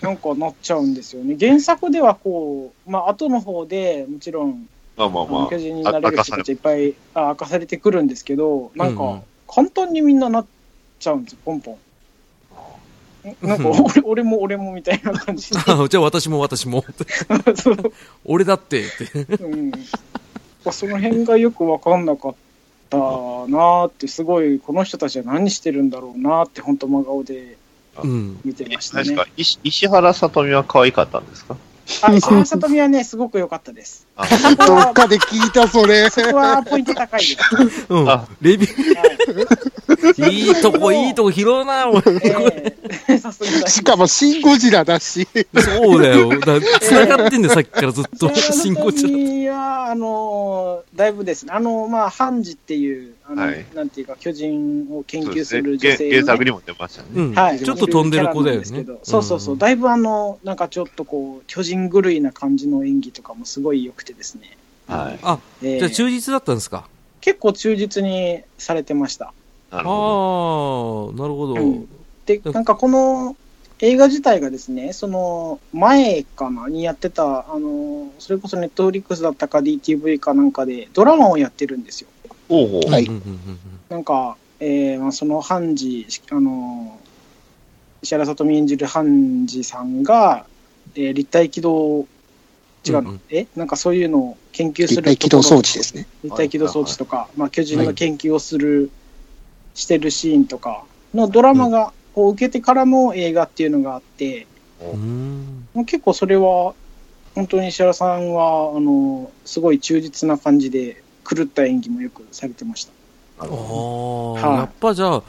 [SPEAKER 3] なんかなっちゃうんですよね。原作ではこう、まあ後の方でもちろん、
[SPEAKER 2] <laughs> まあまあ
[SPEAKER 3] あの
[SPEAKER 2] ま
[SPEAKER 3] 巨人になれる人たちいっぱいあ明かされてくるんですけど、なん
[SPEAKER 1] うん
[SPEAKER 3] か、簡単にみんななっちゃうんですよ、ポンポン。なん <laughs> か、俺俺も俺もみたいな感じで。 <laughs>
[SPEAKER 1] あじゃあ私も私も。
[SPEAKER 3] そう
[SPEAKER 1] 俺だってって。
[SPEAKER 3] うん、その辺がよく分かんなかったなーってすごいこの人たちは何してるんだろうなーって本当真顔で
[SPEAKER 1] うん。
[SPEAKER 3] 見てま
[SPEAKER 2] あ。
[SPEAKER 3] した
[SPEAKER 2] 確
[SPEAKER 3] ね。
[SPEAKER 2] か、石石原さとみは可愛かったんですか
[SPEAKER 3] あ、石原さとみはね、すごく良かったです。
[SPEAKER 2] あ
[SPEAKER 4] どっかで聞いた、そ <laughs> れ。
[SPEAKER 3] そこはポイント高い <laughs> です。は
[SPEAKER 1] うん
[SPEAKER 2] あ。
[SPEAKER 1] レビュー、いいとこ、いいとこ拾うな、俺。
[SPEAKER 3] いええさすがだ
[SPEAKER 4] しかも、シン・ゴジラだし。
[SPEAKER 1] そうだよ。だ繋がってんだよ、さっきからずっと。進行
[SPEAKER 3] 石原さ
[SPEAKER 1] 中。
[SPEAKER 3] とみは、あのー、だいぶですね、あのー、まあ、ハンジっていう、あの、
[SPEAKER 2] はい
[SPEAKER 3] なんていうか、巨人を研
[SPEAKER 2] そう
[SPEAKER 3] 究
[SPEAKER 2] ですす
[SPEAKER 3] る
[SPEAKER 2] ね。
[SPEAKER 3] 女
[SPEAKER 2] 原
[SPEAKER 3] 性のね、
[SPEAKER 2] 原作にも出ました
[SPEAKER 1] う
[SPEAKER 2] ね。
[SPEAKER 1] ん。
[SPEAKER 3] はい、
[SPEAKER 1] ちょっと飛んでる子だよね。
[SPEAKER 3] そうそうそう、だいぶあの、なんかちょっとこう、巨人狂いな感じの演技とかもすごい良くてですね。
[SPEAKER 2] はい。
[SPEAKER 1] あ、
[SPEAKER 3] えー
[SPEAKER 1] じゃあ忠実だったんですか。
[SPEAKER 3] 結構忠実にされてました。
[SPEAKER 1] あ
[SPEAKER 2] な
[SPEAKER 1] あ
[SPEAKER 2] るほ
[SPEAKER 1] ー、なるほど。
[SPEAKER 3] うんで、
[SPEAKER 1] うん
[SPEAKER 3] なんかこの映画自体がですね、その前かなにやってた、あの、それこそネットフリックスだったか DTV かなんかでドラマをやってるんですよ。
[SPEAKER 2] ど。おうおう
[SPEAKER 4] はい
[SPEAKER 1] うんうんうんうん
[SPEAKER 3] なんか、えーまあ、その判事、あの、石原さとみ演じる判事さんが、えー立体起動、違うの、
[SPEAKER 1] うんうん
[SPEAKER 3] えなんかそういうのを研究す
[SPEAKER 4] 立
[SPEAKER 3] ると
[SPEAKER 4] 体起
[SPEAKER 3] ころ
[SPEAKER 4] 動装置ですね。
[SPEAKER 3] 立体起動装置とか、まあ、巨人の研究をする、してるシーンとかのドラマが、を受けてからの映画っていうのがあって、
[SPEAKER 1] うーん。
[SPEAKER 3] もう結構それは、本当に石原さんは、あの、すごい忠実な感じで、狂った演技もよくされてました。
[SPEAKER 2] なる
[SPEAKER 1] あ
[SPEAKER 2] ほ
[SPEAKER 1] あ、
[SPEAKER 3] はい
[SPEAKER 1] やっぱじゃあ、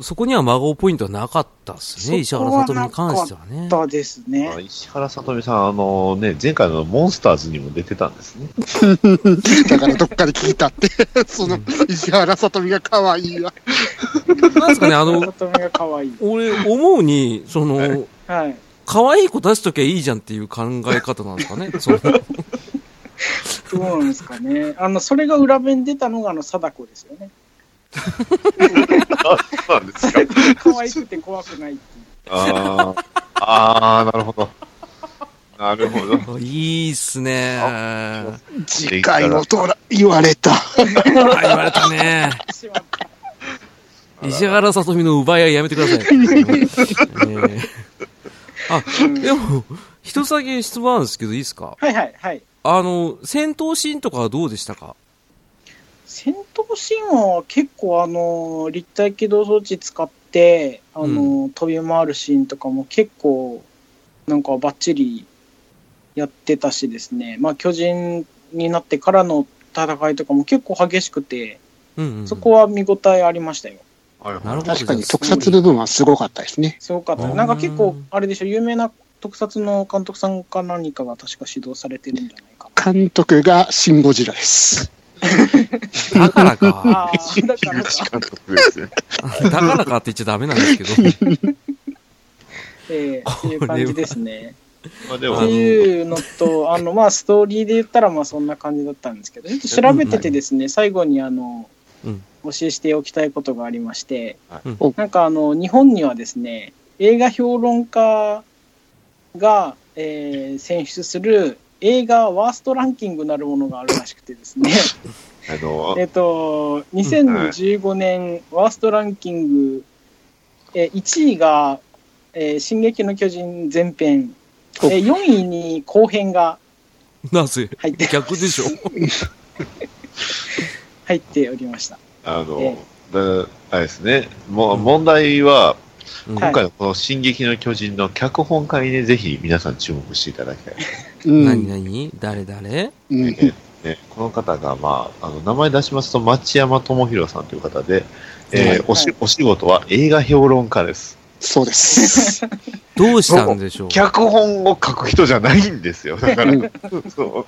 [SPEAKER 1] そこには真顔ポイントはなかったっすね、石
[SPEAKER 3] そ
[SPEAKER 1] 原
[SPEAKER 3] こ
[SPEAKER 1] さ
[SPEAKER 3] は
[SPEAKER 1] とみに関してはね。
[SPEAKER 3] だです
[SPEAKER 2] ど
[SPEAKER 3] ね
[SPEAKER 2] あ。石原さとみさん、あのね、前回のモンスターズにも出てたんですね。
[SPEAKER 4] だから、どっかで聞いたって。その、石原さとみが可愛いわ。
[SPEAKER 1] なんですかね、あ
[SPEAKER 3] あ
[SPEAKER 1] の
[SPEAKER 3] の、、とめが可愛い。
[SPEAKER 1] 俺、思うに、その、
[SPEAKER 3] はい。
[SPEAKER 1] 可愛い子出しときゃいいじゃんっていう考え方なんですかね。その
[SPEAKER 3] どうなんですかね。あの、それが裏面に出たのが、あの、貞子ですよね。
[SPEAKER 2] あ、そうなんですか。
[SPEAKER 3] 可愛くて怖くないっていう。
[SPEAKER 2] <laughs> あーあー、なるほど。なるほど。
[SPEAKER 1] いいっすね。あ、
[SPEAKER 4] 次回のドラ、言われた。
[SPEAKER 1] 言われたね。
[SPEAKER 3] しまった
[SPEAKER 1] 石原さとみの奪い合いやめてください。ねえあ、でも、一つだけ質問なんですけど、いいですか
[SPEAKER 3] はいはいはい。
[SPEAKER 1] あの、戦闘シーンとかはどうでしたか
[SPEAKER 3] 戦闘シーンは結構あの立体起動装置使ってあの、飛び回るシーンとかも結構なんかバッチリやってたしですねまあ巨人になってからの戦いとかも結構激しくて
[SPEAKER 1] うんうんうん。
[SPEAKER 3] そこは見応えありましたよ
[SPEAKER 2] はいはい
[SPEAKER 1] なるほど
[SPEAKER 4] 確かに、特撮部分はすごかったですね。
[SPEAKER 3] すごかった
[SPEAKER 1] うん
[SPEAKER 3] なんか結構あれでしょ有名な特撮の監督さんか何かが確か指導されてるんじゃないか
[SPEAKER 4] 監督がシン・ゴジラです。
[SPEAKER 1] だから
[SPEAKER 3] な <laughs>
[SPEAKER 1] か。 <laughs>
[SPEAKER 3] ああだからか
[SPEAKER 2] 東監督ですね。
[SPEAKER 1] だからかって言っちゃダメなんですけ
[SPEAKER 3] <laughs>
[SPEAKER 1] ど。
[SPEAKER 3] ええっていう感じですね
[SPEAKER 2] まあで
[SPEAKER 1] あ
[SPEAKER 2] も
[SPEAKER 1] の
[SPEAKER 3] っていうのと、あの、まあ、ストーリーで言ったら、まあ、そんな感じだったんですけど、ちょっと調べててですね、最後に、あの、
[SPEAKER 1] うん
[SPEAKER 3] お教えしておきたいことがありまして、
[SPEAKER 1] うん
[SPEAKER 4] お
[SPEAKER 3] なんか、あの、日本にはですね、映画評論家が、えー選出する映画ワーストランキングなるものがあるらしくてですね、
[SPEAKER 2] あの、
[SPEAKER 3] えっと、2015年ワーストランキング、えー1位が、えー進撃の巨人前編、
[SPEAKER 4] お
[SPEAKER 3] えー4位に後編が
[SPEAKER 1] なぜ
[SPEAKER 3] 入って、
[SPEAKER 1] 逆でしょ
[SPEAKER 3] 入っておりました。
[SPEAKER 2] あ
[SPEAKER 3] え
[SPEAKER 2] の、だあれですね、もう問題は、
[SPEAKER 1] うん
[SPEAKER 3] は
[SPEAKER 2] 今
[SPEAKER 3] い
[SPEAKER 2] 回のこの「進撃の巨人」の脚本家にね、ぜひ皆さん注目していただきたい。
[SPEAKER 4] うん。
[SPEAKER 1] 何何誰誰
[SPEAKER 4] うん
[SPEAKER 2] えーね、この方が、まあ、あの名前出しますと、町山智博さんという方で、えー
[SPEAKER 4] はい
[SPEAKER 2] おし
[SPEAKER 3] はい
[SPEAKER 2] お仕事は映画評論家です。
[SPEAKER 4] そうです。
[SPEAKER 1] どうしたんでしょう
[SPEAKER 2] 脚本を書く人じゃないんです
[SPEAKER 4] <laughs>
[SPEAKER 2] よ。だか
[SPEAKER 4] う
[SPEAKER 2] ら
[SPEAKER 4] ん、
[SPEAKER 2] そう。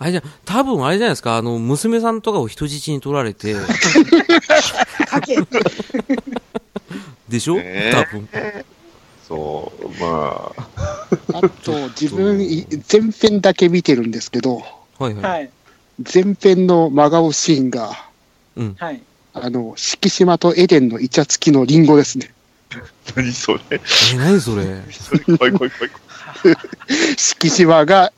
[SPEAKER 1] あれじゃ、多分あれじゃないですか、あの、娘さんとかを人質に取られ
[SPEAKER 4] <laughs>
[SPEAKER 1] て、
[SPEAKER 3] 書け
[SPEAKER 1] でしょ、
[SPEAKER 2] ねえ
[SPEAKER 1] 多分。
[SPEAKER 2] そう、まあ、
[SPEAKER 4] <laughs> あと、自分、い前編だけ見てるんですけど、
[SPEAKER 1] はいはい。
[SPEAKER 3] <laughs> はい
[SPEAKER 4] 前編の真顔シーンが、
[SPEAKER 1] うん。
[SPEAKER 3] はい
[SPEAKER 4] あの、敷島とエデンのイチャつきのリンゴですね。 <laughs>
[SPEAKER 2] 何それ。
[SPEAKER 1] え、何それ
[SPEAKER 2] それ怖い怖い怖い。
[SPEAKER 4] 敷島が、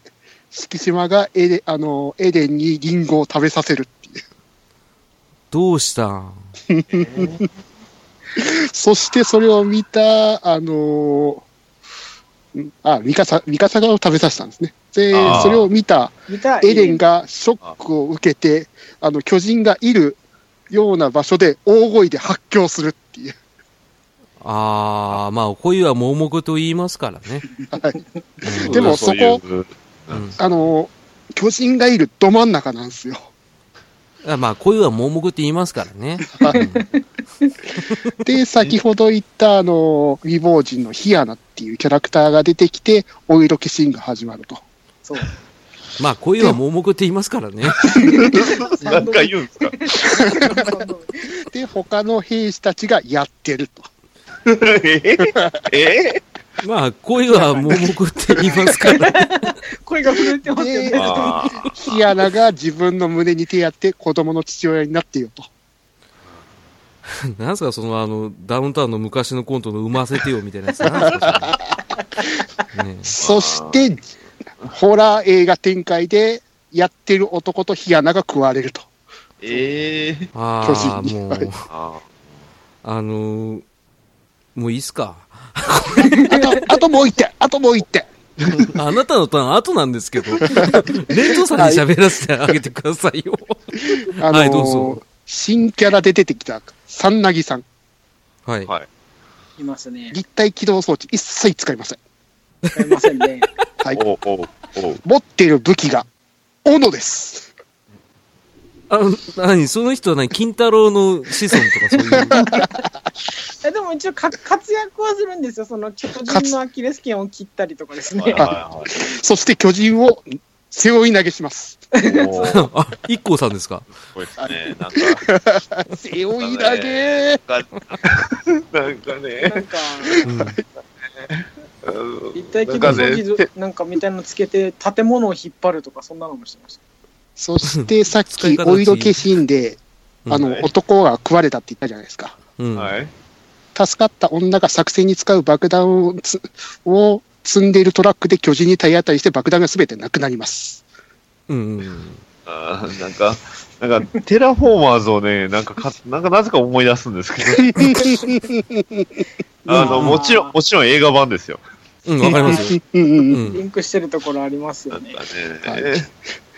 [SPEAKER 4] 敷島がエデあのエデンにリンゴを食べさせるっていう。
[SPEAKER 1] どうしたん
[SPEAKER 4] そしてそれを見た、あのーんあ、ミカサ、ミカサがを食べさせたんですね。で
[SPEAKER 2] あー、
[SPEAKER 4] それを見た
[SPEAKER 3] 見たい
[SPEAKER 4] エデンがショックを受けて、あの、巨人がいるような場所で大声で発狂するっていう。
[SPEAKER 1] あー、まあ、恋は盲目と言いますから
[SPEAKER 4] <laughs>
[SPEAKER 1] ね。
[SPEAKER 4] はい
[SPEAKER 1] うん
[SPEAKER 4] <laughs> でも
[SPEAKER 2] そ
[SPEAKER 4] そこ
[SPEAKER 2] ういう
[SPEAKER 1] うん
[SPEAKER 4] あのー巨人がいるど真ん中なんですよ。
[SPEAKER 1] あまあ、恋は盲目って言いますから
[SPEAKER 4] <laughs>
[SPEAKER 1] ね。
[SPEAKER 4] で、先ほど言った、あの、未亡人のヒアナっていうキャラクターが出てきて、お色気シーンが始まると。
[SPEAKER 3] そう <laughs>
[SPEAKER 1] まあ、恋は盲目って言います
[SPEAKER 4] <laughs>
[SPEAKER 1] からね。
[SPEAKER 2] なんか言うんですか
[SPEAKER 4] で、他の兵士たちがやってると。
[SPEAKER 2] ええ
[SPEAKER 1] まあ、恋は盲目って言いますからね。 <laughs>
[SPEAKER 3] 声が震えてますよ
[SPEAKER 4] え
[SPEAKER 3] ね
[SPEAKER 2] ああ、
[SPEAKER 4] ヒアナが自分の胸に手やって子供の父親になってよと。
[SPEAKER 1] なんすか、その、あの、ダウンタウンの昔のコントの生ませてよみたいなやつ。なんすか
[SPEAKER 4] <laughs>
[SPEAKER 1] それね
[SPEAKER 4] そして、ホラー映画展開で、やってる男とヒアナが食われると。
[SPEAKER 2] ええ
[SPEAKER 1] ああ、
[SPEAKER 4] 巨人
[SPEAKER 1] もう、
[SPEAKER 2] あ
[SPEAKER 1] あのーもういいっすか。 <laughs>
[SPEAKER 4] あと、あともう一点あともう一点
[SPEAKER 1] あなたのターン後なんです
[SPEAKER 3] <laughs>
[SPEAKER 1] けど、レントさんに喋らせてあげてくださいよ。
[SPEAKER 4] あのー
[SPEAKER 1] はいどうぞ
[SPEAKER 4] 新キャラで出てきた、サンナギさん。
[SPEAKER 1] はい。
[SPEAKER 2] はい。
[SPEAKER 3] いますね
[SPEAKER 4] 立体起動装置一切使いません。
[SPEAKER 3] 使いませんね
[SPEAKER 4] はい。
[SPEAKER 2] おうおうおう
[SPEAKER 4] 持っている武器が、斧です。
[SPEAKER 1] あの、何その人は何金太郎の子孫とかそういう。
[SPEAKER 3] えでも一応か活躍はするんですよその巨人のアキレス腱を切ったりとかですね
[SPEAKER 4] <laughs>
[SPEAKER 2] はいは
[SPEAKER 4] そして巨人を背負い投げします。
[SPEAKER 2] いはい。おうかっ
[SPEAKER 1] <laughs> あ、一光さんですか
[SPEAKER 2] こいいですね。なんか、
[SPEAKER 4] 背負い投げ
[SPEAKER 2] なんか
[SPEAKER 3] な
[SPEAKER 2] ね、
[SPEAKER 3] んか
[SPEAKER 1] うん。
[SPEAKER 3] 立体
[SPEAKER 2] な
[SPEAKER 3] 機
[SPEAKER 2] んか
[SPEAKER 3] 動装置
[SPEAKER 2] ね、
[SPEAKER 3] 図なんかみたいなのつけて建物を引っ張るとかそんなのもしてました
[SPEAKER 4] そしてさっ
[SPEAKER 1] 使い
[SPEAKER 4] き、
[SPEAKER 1] 方の違い
[SPEAKER 4] お色気シーンで、
[SPEAKER 1] うん
[SPEAKER 4] あ
[SPEAKER 2] は
[SPEAKER 4] の、
[SPEAKER 2] い
[SPEAKER 4] 男が食われたって言ったじゃないですか。
[SPEAKER 1] うん。
[SPEAKER 2] はい。
[SPEAKER 4] 助かった女が作戦に使う爆弾をつを積んでいるトラックで巨人に体当たりして爆弾が全てなくなります。
[SPEAKER 1] うんうん。
[SPEAKER 2] あーなんか、なんか、テラフォーマーズをね、なんかか、なんかなぜか思い出すんですけど、あの、もちろん、もちろん映画版ですよ。
[SPEAKER 1] うん、わかります
[SPEAKER 3] <laughs>
[SPEAKER 1] よ。
[SPEAKER 4] うんう
[SPEAKER 1] うん
[SPEAKER 4] うん
[SPEAKER 3] リ
[SPEAKER 1] ん。
[SPEAKER 3] ンクしてるところありますよね
[SPEAKER 2] なんか
[SPEAKER 4] は
[SPEAKER 2] ね、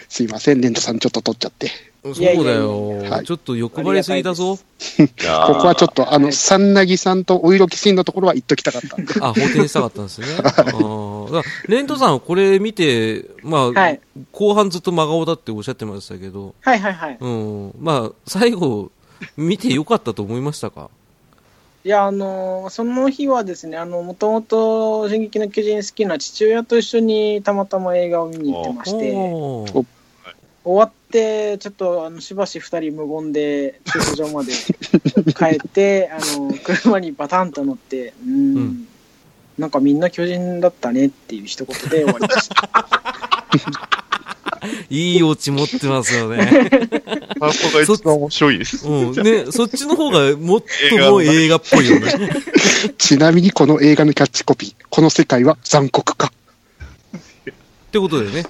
[SPEAKER 4] すいません、レントさんちょっと取っちゃって。
[SPEAKER 1] そう
[SPEAKER 3] いやいや
[SPEAKER 1] だ
[SPEAKER 4] いやは
[SPEAKER 1] よ。
[SPEAKER 4] い
[SPEAKER 1] ちょっと欲張りすぎたぞ。
[SPEAKER 2] いやー
[SPEAKER 4] ここはちょっと、あ
[SPEAKER 3] は
[SPEAKER 4] の、
[SPEAKER 3] い
[SPEAKER 4] サンナギさんとお色気シーンのところは言っときたか
[SPEAKER 1] <laughs>
[SPEAKER 4] ったんで。
[SPEAKER 1] あ、補填したかったんで
[SPEAKER 3] <laughs>
[SPEAKER 1] すね。あーだからレントさんはこれ見て、ま
[SPEAKER 3] は
[SPEAKER 1] あ
[SPEAKER 3] い、
[SPEAKER 1] 後半ずっと真顔だっておっしゃってましたけど、
[SPEAKER 3] はいはいはい
[SPEAKER 1] うん。まあ、最後、見てよかったと思いましたか
[SPEAKER 3] いや、あのーその日はですね、あの、もともと、進撃の巨人好きな父親と一緒にたまたま映画を見に行ってまして、終
[SPEAKER 1] おー
[SPEAKER 4] お
[SPEAKER 3] わって、ちょっと、あの、しばし二人無言で、駐車場ま
[SPEAKER 1] <laughs>
[SPEAKER 3] で帰って、あの、車にバタンと乗って、うーん、
[SPEAKER 1] うん
[SPEAKER 3] なんかみんな巨人だったねっていう一言で終わりました。
[SPEAKER 1] いいオチ持ってますよね。
[SPEAKER 2] あそこが一番面白いです。
[SPEAKER 1] うん。ね、そっちの方がもっともう映画っぽいよね。
[SPEAKER 4] ちなみにこの映画のキャッチコピー、この世界は残酷か。
[SPEAKER 1] ってことでね、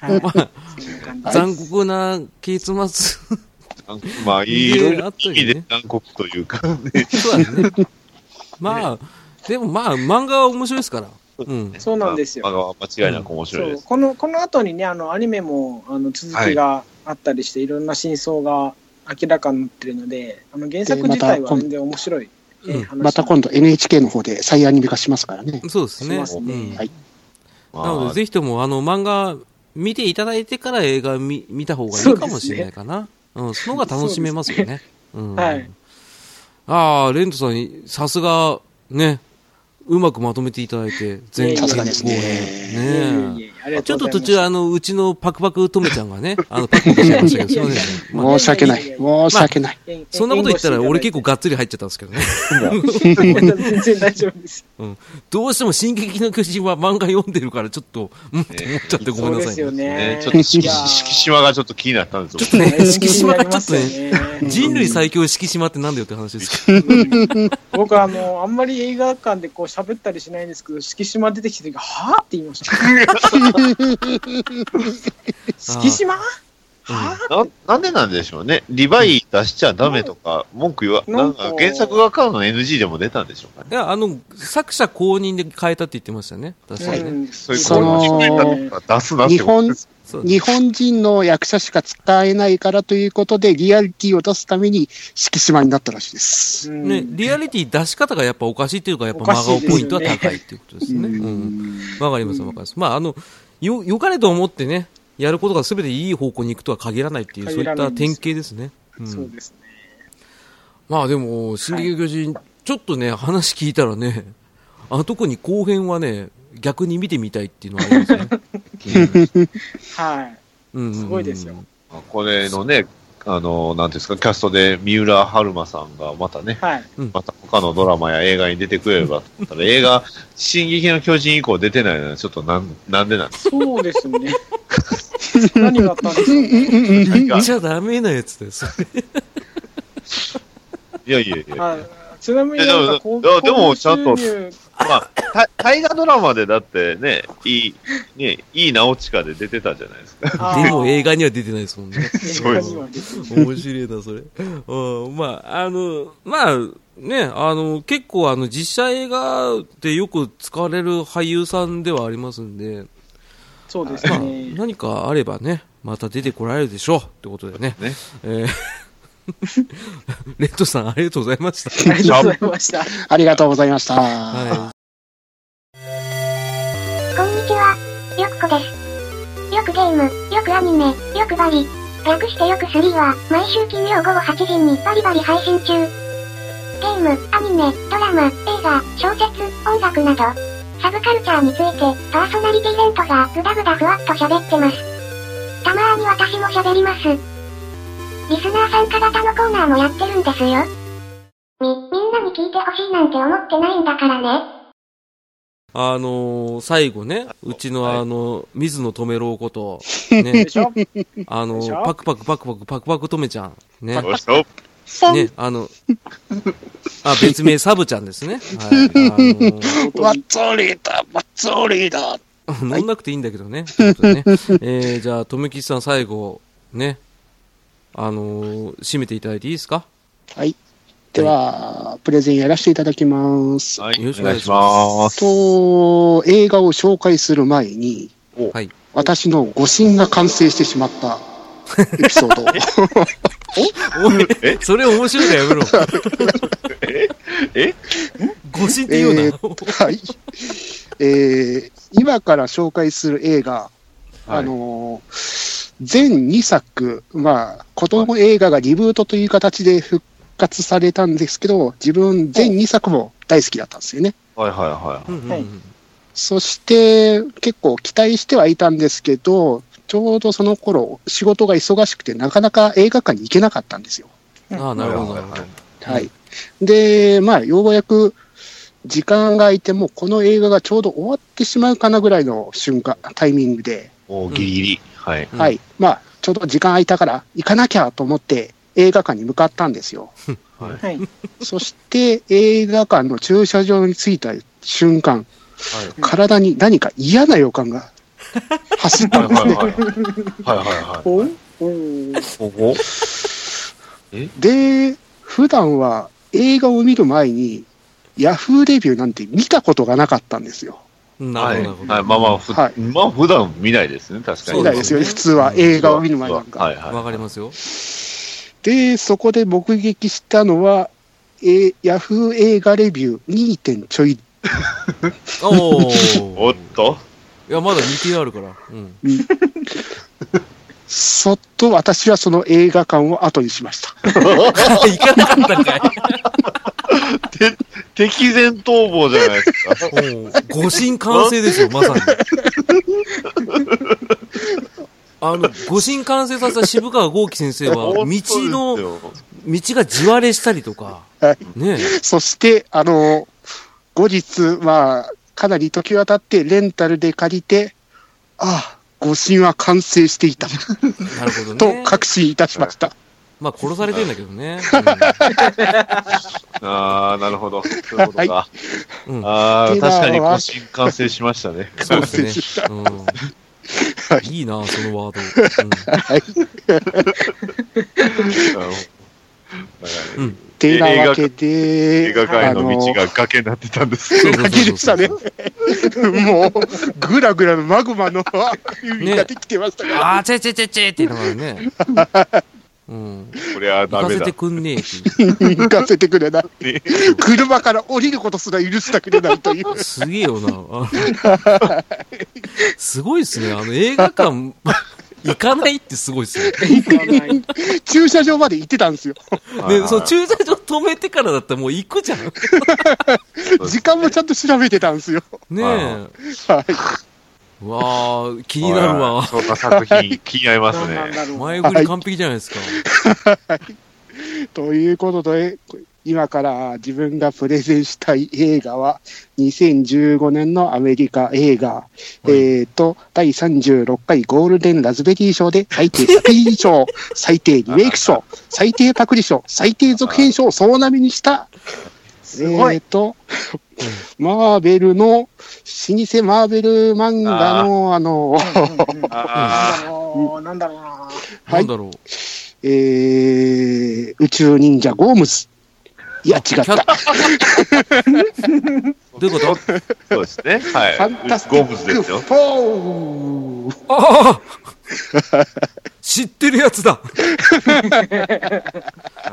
[SPEAKER 3] はい
[SPEAKER 1] <laughs> まあ、
[SPEAKER 3] そんな感じ
[SPEAKER 4] はい
[SPEAKER 1] 残酷な結末。
[SPEAKER 2] まあ、いい、
[SPEAKER 1] い
[SPEAKER 2] い
[SPEAKER 1] ろい
[SPEAKER 2] ろい
[SPEAKER 1] ろあ
[SPEAKER 2] ろ
[SPEAKER 1] っ
[SPEAKER 2] 意
[SPEAKER 1] たよね
[SPEAKER 2] 味で残酷というか、ね、
[SPEAKER 1] そう
[SPEAKER 3] <laughs>
[SPEAKER 1] だね。まあ、でもまあ、漫画は面白いですから。うん。
[SPEAKER 3] そうなんですよ
[SPEAKER 2] まあまあ間違いなく面白いで
[SPEAKER 3] そう
[SPEAKER 2] す。
[SPEAKER 3] このこの後にねあのアニメもあの続きがあったりして、い、ろんな真相が明らかになってるのであの原作
[SPEAKER 4] でま
[SPEAKER 3] 自
[SPEAKER 4] た
[SPEAKER 3] 体は
[SPEAKER 4] 今
[SPEAKER 3] 全然面白い、ね
[SPEAKER 1] うん
[SPEAKER 3] 話
[SPEAKER 4] また今度 NHK の方で再アニメ化しますからね。
[SPEAKER 1] そうですね。
[SPEAKER 3] しますね
[SPEAKER 1] うん
[SPEAKER 4] はい
[SPEAKER 2] ま
[SPEAKER 1] なので、
[SPEAKER 2] あ、
[SPEAKER 1] ぜひとも、あの、漫画、見ていただいてから映画見見た方がいいかもしれないかな。うん、その方が楽しめますよね。うん。
[SPEAKER 3] はい。
[SPEAKER 1] ああ、レントさん、さすが、ね、うまくまとめていただいて、全
[SPEAKER 3] さすが
[SPEAKER 4] ですね
[SPEAKER 1] 公演ね
[SPEAKER 3] いえいえいえありが
[SPEAKER 1] ち
[SPEAKER 3] と
[SPEAKER 1] ょ
[SPEAKER 3] う
[SPEAKER 1] っと
[SPEAKER 3] ござ
[SPEAKER 1] 途
[SPEAKER 3] います
[SPEAKER 1] 中、あの、うちのパクパクとめちゃんが
[SPEAKER 3] <laughs>
[SPEAKER 1] ね、あの、パクパクしてましたけど、すいませんねまあ
[SPEAKER 4] 申し訳ない。申し訳ない。
[SPEAKER 3] ええ
[SPEAKER 1] そんなこと言ったら、俺結構
[SPEAKER 3] 援護
[SPEAKER 1] がっつり入っちゃったんですけど
[SPEAKER 3] <laughs>
[SPEAKER 1] ね。
[SPEAKER 3] していただい <laughs> て全然大丈夫です。
[SPEAKER 1] どうしても進撃の巨人は漫画読んでるから、ちょっと、うんって思っちゃってごめんなさい、ね。
[SPEAKER 3] そうですよ
[SPEAKER 2] ね
[SPEAKER 3] ね。
[SPEAKER 2] ちょっと敷
[SPEAKER 3] いやー
[SPEAKER 2] 敷島がちょっと気になったんですよ。
[SPEAKER 1] ちょっとね、敷島がちょっと
[SPEAKER 3] 気
[SPEAKER 1] ね、
[SPEAKER 3] になりますよね
[SPEAKER 1] 人類最強敷島ってなんだよって話ですけど。
[SPEAKER 3] <laughs> 僕あの、あんまり映画館でこう喋ったりしないんですけど、敷島出てきた時、はぁって言い
[SPEAKER 1] <laughs>
[SPEAKER 3] ました。敷島はぁ
[SPEAKER 2] ななんでなんでしょうね。リバイ出しちゃダメとか、文句言わ、
[SPEAKER 3] な
[SPEAKER 2] なんん
[SPEAKER 3] か
[SPEAKER 2] か原作が買うの NG でも出たんでしょうかね。
[SPEAKER 1] いや、あの、作者公認で変えたって言ってましたね。確かにね。
[SPEAKER 3] ん
[SPEAKER 2] そういうこ
[SPEAKER 4] そ
[SPEAKER 2] と
[SPEAKER 4] の
[SPEAKER 2] を出すなって
[SPEAKER 4] 日
[SPEAKER 2] こと
[SPEAKER 4] 本
[SPEAKER 2] です。
[SPEAKER 1] そう
[SPEAKER 4] 日本人の役者しか使えないからということで、リアリティを出すために、敷島になったらしいです。
[SPEAKER 3] うん
[SPEAKER 1] ね、リアリティ出し方がやっぱおかしいというか、やっぱ
[SPEAKER 3] お
[SPEAKER 1] 真
[SPEAKER 3] かし
[SPEAKER 1] 顔
[SPEAKER 3] いですよ
[SPEAKER 1] ポ
[SPEAKER 3] ね
[SPEAKER 1] イントは高いっていうことですね。うん。わかります、わかります。まあ、あの、よ、よかれと思ってね、やることが全ていい方向に行くとは限らないっていう、そういっ
[SPEAKER 3] 限らな
[SPEAKER 1] た
[SPEAKER 3] いんですよ
[SPEAKER 1] 典型ですね。う。
[SPEAKER 3] そうんですね。
[SPEAKER 1] まあでも、進撃の巨人、ちょっとね、話聞いたらね、あの、特に後編はね、逆に見てみたいっていうのはありますね。
[SPEAKER 3] <laughs> はい。
[SPEAKER 1] うん
[SPEAKER 3] すごいですよ。
[SPEAKER 2] まあこれのね、あの、なんていうんですか、キャストで三浦春馬さんがまたね、
[SPEAKER 3] はい。
[SPEAKER 2] また他のドラマや映画に出てくれればと思ったら、映画、進撃の巨人以降出てないのはちょっとなん、なんでなんです
[SPEAKER 3] そうですね。 <laughs> 何があったんですかね。
[SPEAKER 1] 見
[SPEAKER 2] か
[SPEAKER 1] ちゃダメなやつです。
[SPEAKER 2] いやいやいや。
[SPEAKER 3] はい。ちなみになんかこう、
[SPEAKER 2] いやでもちゃんと
[SPEAKER 3] 購入収入
[SPEAKER 2] まあ、た大河ドラマでだってね、いい、ね、いい直近で出てたじゃないですか。
[SPEAKER 3] あー
[SPEAKER 1] でも映画には出てないですもんね。
[SPEAKER 2] <laughs> そうです
[SPEAKER 3] 映画には出てる
[SPEAKER 1] 面白いな、それ。うん、まあ、あの、まあ、ね、あの、結構あの、実写映画でよく使われる俳優さんではありますんで、
[SPEAKER 3] そうです
[SPEAKER 1] まあ、
[SPEAKER 3] ね。
[SPEAKER 1] 何かあればね、また出てこられるでしょうってことでね。
[SPEAKER 2] ね
[SPEAKER 1] えー <laughs> レッドさん、ありがとうございました。
[SPEAKER 3] ありがとうございました。
[SPEAKER 4] ありがとうございました。
[SPEAKER 1] は
[SPEAKER 5] こんにちは、よくこです。よくゲーム、よくアニメ、よくバリ。略してよく3は、毎週金曜午後8時にバリバリ配信中。ゲーム、アニメ、ドラマ、映画、小説、音楽など、サブカルチャーについて、パーソナリティレントがぐだぐだふわっと喋ってます。たまーに私も喋ります。リスナー参加型のコーナーもやってるんですよ。み、みんなに聞いてほしいなんて思ってないんだからね。
[SPEAKER 1] あのー最後ね、うちの
[SPEAKER 2] はい
[SPEAKER 1] あの、水野止めろう
[SPEAKER 2] <laughs>
[SPEAKER 1] こと、ね
[SPEAKER 3] で、しょ
[SPEAKER 1] あの
[SPEAKER 3] でし
[SPEAKER 1] ー
[SPEAKER 3] ょ
[SPEAKER 1] パクパクパクパクパクパク止めちゃん、ね。
[SPEAKER 2] どうした
[SPEAKER 1] ね、あの、あ、別名サブちゃんですね。はい。あ
[SPEAKER 4] ワッツーリーだ、ワッツーリーだ。
[SPEAKER 1] のー、飲んなくていいんだけどね。ということでねえー、じゃあ、とめきちさん最後、ね、あのー締めていただいていいですか
[SPEAKER 4] はい。では、プレゼンやらせていただきます。
[SPEAKER 2] はい、
[SPEAKER 1] よろ
[SPEAKER 2] お
[SPEAKER 1] しくお願
[SPEAKER 2] 願
[SPEAKER 1] い
[SPEAKER 2] い
[SPEAKER 1] し
[SPEAKER 2] し
[SPEAKER 1] ま
[SPEAKER 2] ます。
[SPEAKER 4] と、映画を紹介する前に、
[SPEAKER 1] はい。
[SPEAKER 4] 私の誤信が完成してしまったエピソードを。
[SPEAKER 1] おい
[SPEAKER 2] え、
[SPEAKER 1] <laughs> それ面白いからやめろ。
[SPEAKER 2] え
[SPEAKER 1] 誤信って言うな。
[SPEAKER 4] えーはい。えー今から紹介する映画、
[SPEAKER 2] はい
[SPEAKER 4] あのー全2作、まあ、子供映画がリブートという形で復活されたんですけど、自分全2作も大好きだったんですよね。
[SPEAKER 2] はいはいはい。
[SPEAKER 1] うんうんうん
[SPEAKER 3] はい
[SPEAKER 4] そして、結構期待してはいたんですけど、ちょうどその頃、仕事が忙しくて、なかなか映画館に行けなかったんですよ。
[SPEAKER 1] ああ、なるほど、なるほ
[SPEAKER 2] はい
[SPEAKER 1] ど
[SPEAKER 2] はい。
[SPEAKER 4] はい。で、まあ、ようやく時間が空いて、もうこの映画がちょうど終わってしまうかなぐらいの瞬間、タイミングで、
[SPEAKER 2] もうギリギリ。はい。
[SPEAKER 1] うん
[SPEAKER 4] はい。まあ、ちょうど時間空いたから行かなきゃと思って映画館に向かったんですよ。
[SPEAKER 3] はい。
[SPEAKER 4] そして映画館の駐車場に着いた瞬間、体に何か嫌な予感が走っ
[SPEAKER 2] は
[SPEAKER 4] た
[SPEAKER 2] い
[SPEAKER 4] んで
[SPEAKER 2] は
[SPEAKER 4] す
[SPEAKER 2] い
[SPEAKER 4] ね。
[SPEAKER 2] はい。はいはいはい。
[SPEAKER 3] おお
[SPEAKER 2] ここ
[SPEAKER 4] で、普段は映画を見る前に、ヤフーレビューなんて見たことがなかったんですよ。
[SPEAKER 1] な
[SPEAKER 2] はい。
[SPEAKER 1] る
[SPEAKER 2] は
[SPEAKER 1] ほど、
[SPEAKER 2] い。
[SPEAKER 1] な
[SPEAKER 2] ま
[SPEAKER 1] る
[SPEAKER 2] あ
[SPEAKER 1] ほど。
[SPEAKER 2] まあ、ふ
[SPEAKER 4] はい
[SPEAKER 2] まあ普段見ないですね、確かに。
[SPEAKER 1] そ
[SPEAKER 4] み
[SPEAKER 1] う
[SPEAKER 4] た
[SPEAKER 1] で
[SPEAKER 4] い
[SPEAKER 1] すね
[SPEAKER 4] ですよね、普通は映画を見る前なんか。
[SPEAKER 2] はいはい。
[SPEAKER 1] わかりますよ。
[SPEAKER 4] で、そこで目撃したのは、えー、ヤフー映画レビュー2点ちょい。
[SPEAKER 1] おー
[SPEAKER 2] おっと。
[SPEAKER 1] いや、まだ2級あるから。うん。
[SPEAKER 4] そっと私はその映画館を後にしました。 <laughs>
[SPEAKER 1] 行かなかったんかい。
[SPEAKER 2] て敵前逃亡じゃないですか。
[SPEAKER 1] もう、誤信完成ですよ、まさに。あの、誤信完成させた渋川豪樹先生は、道
[SPEAKER 2] 本当です
[SPEAKER 1] の、道
[SPEAKER 2] よ
[SPEAKER 1] が地割れしたりとか
[SPEAKER 4] はい、
[SPEAKER 1] ねえ
[SPEAKER 4] そして、あの、後日、まあ、かなり時は経って、レンタルで借りて、ああ、誤信は完成していた、
[SPEAKER 1] なるほど
[SPEAKER 4] と
[SPEAKER 1] ね。
[SPEAKER 4] 確信いたしました。
[SPEAKER 1] まあ、殺されてんだけど <laughs> ね。
[SPEAKER 2] ああ、なるほど。そういうことか。
[SPEAKER 1] うんうん
[SPEAKER 2] ああ、
[SPEAKER 4] で
[SPEAKER 2] 確
[SPEAKER 4] は
[SPEAKER 2] かに更新完成しましたね。
[SPEAKER 1] そうですね
[SPEAKER 4] 完成し。
[SPEAKER 1] うん
[SPEAKER 4] はい
[SPEAKER 1] いいな、そのワード。
[SPEAKER 2] あの
[SPEAKER 1] うん。
[SPEAKER 4] てなわけ
[SPEAKER 2] 映
[SPEAKER 4] で、
[SPEAKER 2] 画界の道
[SPEAKER 4] あ
[SPEAKER 2] が崖になってたんです。
[SPEAKER 1] そうそうそうそ
[SPEAKER 4] の
[SPEAKER 1] う
[SPEAKER 4] 崖でしたね。 <laughs> もう、ぐらぐらのマグマの海ができてましたから、
[SPEAKER 1] あー、ちぇちぇちぇちぇって言いながらね。 <laughs> うん。
[SPEAKER 2] これは
[SPEAKER 1] 行
[SPEAKER 2] ダ
[SPEAKER 1] か
[SPEAKER 2] メ
[SPEAKER 1] せ
[SPEAKER 2] だ
[SPEAKER 1] て。くんねえっていう。
[SPEAKER 4] 行かせてくれない。
[SPEAKER 2] ね
[SPEAKER 4] 車から降りることすら許してくれないという。
[SPEAKER 1] すげえよな。あのすごいっすね。あの映画館、行かないってすごいっすね。
[SPEAKER 3] 行かない。
[SPEAKER 4] 駐車場まで行ってたんですよ。
[SPEAKER 1] で、その駐車場止めてからだったらもう行くじゃん。ね
[SPEAKER 4] 時間もちゃんと調べてたんですよ。
[SPEAKER 1] え。
[SPEAKER 4] はい。
[SPEAKER 1] うわあ気になるわ。
[SPEAKER 2] そんな作品、気に合いま
[SPEAKER 3] ど
[SPEAKER 2] す
[SPEAKER 3] うなん
[SPEAKER 2] ね。
[SPEAKER 3] だろう。
[SPEAKER 1] 前振り完璧じゃないですか。
[SPEAKER 4] ということで、今から自分がプレゼンしたい映画は、2015年のアメリカ映画、
[SPEAKER 1] い
[SPEAKER 4] えっと、第36回ゴールデンラズベリー賞で、最低スピー賞、最低リメイク賞、最低パクリ賞、最低続編賞を総なめにした、
[SPEAKER 3] すご
[SPEAKER 4] えっ
[SPEAKER 3] い。
[SPEAKER 4] と、マーベルの、老舗マーベル漫画の、あの、
[SPEAKER 2] <laughs>
[SPEAKER 3] うんうんうん
[SPEAKER 2] あ
[SPEAKER 3] なんだろうな。
[SPEAKER 4] は
[SPEAKER 1] ないんだろう。
[SPEAKER 4] えー、宇宙忍者ゴームズ。いや、違っ
[SPEAKER 1] キャ
[SPEAKER 4] た。
[SPEAKER 1] どういうこと
[SPEAKER 2] あ、そうですね。は
[SPEAKER 4] ファンタス
[SPEAKER 2] い。
[SPEAKER 4] テ
[SPEAKER 2] ゴ
[SPEAKER 4] ィ
[SPEAKER 2] ムズ
[SPEAKER 4] ッ
[SPEAKER 2] で
[SPEAKER 4] ク
[SPEAKER 2] すよ。
[SPEAKER 4] フォー
[SPEAKER 1] ああ知ってるやつだ。
[SPEAKER 2] は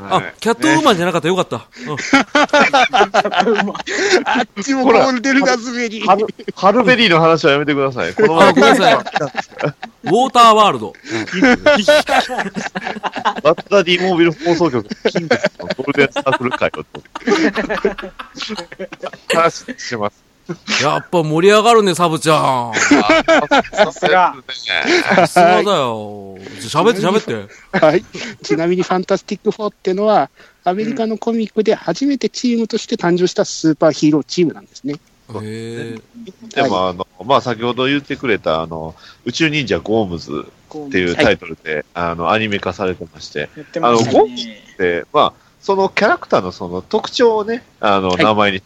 [SPEAKER 1] あ
[SPEAKER 2] い、
[SPEAKER 1] キャットウーマンじゃなかった。よかった。うん
[SPEAKER 4] あっちも
[SPEAKER 2] ほ
[SPEAKER 4] ゴ
[SPEAKER 2] ら
[SPEAKER 4] ールデンラズベリ
[SPEAKER 2] ハ
[SPEAKER 4] ー
[SPEAKER 2] ル。ハルベリーの話はやめてください。このま
[SPEAKER 1] あ、
[SPEAKER 2] ま
[SPEAKER 1] ごめんなさい。ウォーターワールド。
[SPEAKER 2] バッタディモービル放送局、金ですのゴールデンサークル会を。話します。
[SPEAKER 1] やっぱ盛り上がるね、サブちゃん。 <laughs>
[SPEAKER 3] さすが。
[SPEAKER 1] さすがだよ。じゃあ喋って喋って。
[SPEAKER 4] はい。ちなみにファンタスティック4ってのは、アメリカのコミックで初めてチームとして誕生したスーパーヒーローチームなんですね。
[SPEAKER 1] へえ。
[SPEAKER 2] でも、あの、まあ、先ほど言ってくれた、あの、宇宙忍者ゴームズ
[SPEAKER 3] こ
[SPEAKER 2] っていうタイトルで、あの、アニメ化されてまして、
[SPEAKER 3] やってましたね。
[SPEAKER 2] で、まあ、そのキャラクターのその特徴をね、あの、
[SPEAKER 4] はい
[SPEAKER 2] 名前に、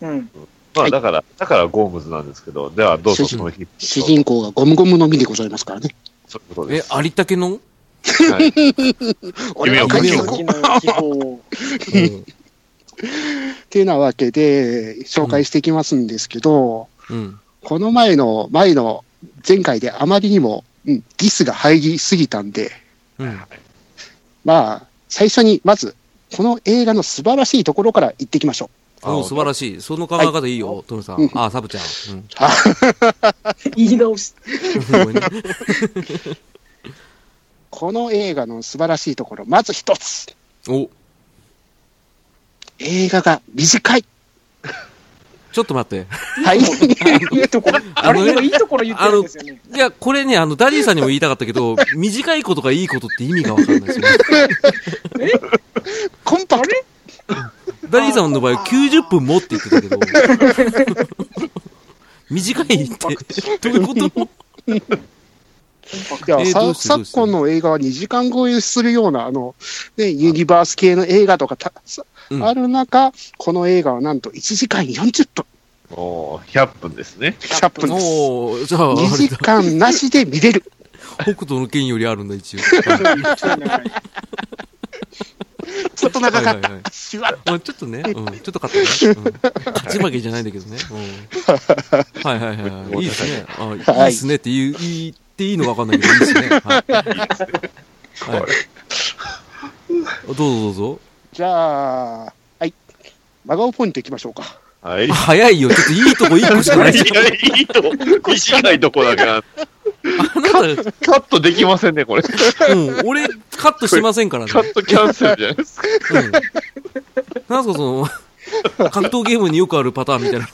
[SPEAKER 3] うん。
[SPEAKER 2] ま
[SPEAKER 4] は
[SPEAKER 2] あ、
[SPEAKER 4] い
[SPEAKER 2] だから、だからゴームズなんですけど、では、どうぞその日。
[SPEAKER 4] 主人公がゴムゴムの実でございますからね。
[SPEAKER 2] そういうことで
[SPEAKER 1] え、
[SPEAKER 2] す。
[SPEAKER 1] ありったけの
[SPEAKER 2] はい
[SPEAKER 4] 俺は
[SPEAKER 1] 夢を
[SPEAKER 4] ゴムゴ
[SPEAKER 3] 時
[SPEAKER 4] ム
[SPEAKER 3] の希望。
[SPEAKER 1] うん
[SPEAKER 4] っていうなわけで、紹介していきますんですけど、
[SPEAKER 1] うん。
[SPEAKER 4] この前の、前の、前回であまりにも、うん、ディスが入りすぎたんで、
[SPEAKER 1] うん。
[SPEAKER 4] まあ、最初に、まず、この映画の素晴らしいところから言っていきましょ
[SPEAKER 1] おう素晴らしい。その考え方いいよ、トムさん。あ、サブちゃん。うん
[SPEAKER 3] 言い直し。
[SPEAKER 1] <laughs> ごめんね。
[SPEAKER 4] う。この映画の素晴らしいところ、まず一つ。
[SPEAKER 1] お、
[SPEAKER 4] 映画が短い。
[SPEAKER 1] ちょっと待って。
[SPEAKER 4] はい。
[SPEAKER 3] いいところ。あれでもいいところ言ってるんですよね。
[SPEAKER 1] いや、これね、あの、ダディさんにも言いたかったけ <laughs> ど、短いことがいいことって意味がわかんないですよ。
[SPEAKER 4] コンパク
[SPEAKER 1] ダディさんの場合は90分もって言ってたけ <laughs> ど、短いって、 <laughs> どういうこと
[SPEAKER 4] ト。いや、
[SPEAKER 1] えーど
[SPEAKER 4] さ
[SPEAKER 1] うしてどう
[SPEAKER 4] 昨
[SPEAKER 1] して
[SPEAKER 4] 今の映画は2時間超えするような、あの、ね、ユニバース系の映画とかた、さ
[SPEAKER 1] うん
[SPEAKER 4] ある中、この映画はなんと1時間40分。
[SPEAKER 2] おー100分ですね。
[SPEAKER 4] 100分です。
[SPEAKER 1] おーじゃあ、あ
[SPEAKER 4] 2
[SPEAKER 1] れ
[SPEAKER 4] 時
[SPEAKER 1] だ
[SPEAKER 4] 間なしで
[SPEAKER 1] <laughs>
[SPEAKER 4] 見れる。
[SPEAKER 1] 北斗の剣よりあるんだ、 <laughs> 一応。
[SPEAKER 3] ちょい長い
[SPEAKER 4] ちょっと長か
[SPEAKER 1] は
[SPEAKER 4] っ
[SPEAKER 1] いはいはい
[SPEAKER 4] た。しわ
[SPEAKER 1] まあちょっとね、うん、ちょっと勝ったね、うん勝ち負けじゃないんだけどね。うん、はいはいはいはい。いいですね。あいいですねって言う、言っていいのか分かんないけど、いいですね。はい。はい、どうぞどうぞ。
[SPEAKER 4] じゃあ、はい。真顔ポイントいきましょうか。
[SPEAKER 2] はい。い
[SPEAKER 1] 早いよ。ちょっといいとこ一個しかない。
[SPEAKER 2] や、いいとこ、短いとこだから。
[SPEAKER 1] あなた、
[SPEAKER 2] カットできませんね、これ。カ
[SPEAKER 1] うん、俺、カットしませんからね。
[SPEAKER 2] ットキャンセルじゃないですか。
[SPEAKER 1] うん。なんすか、その、格闘ゲームによくあるパターンみたいな。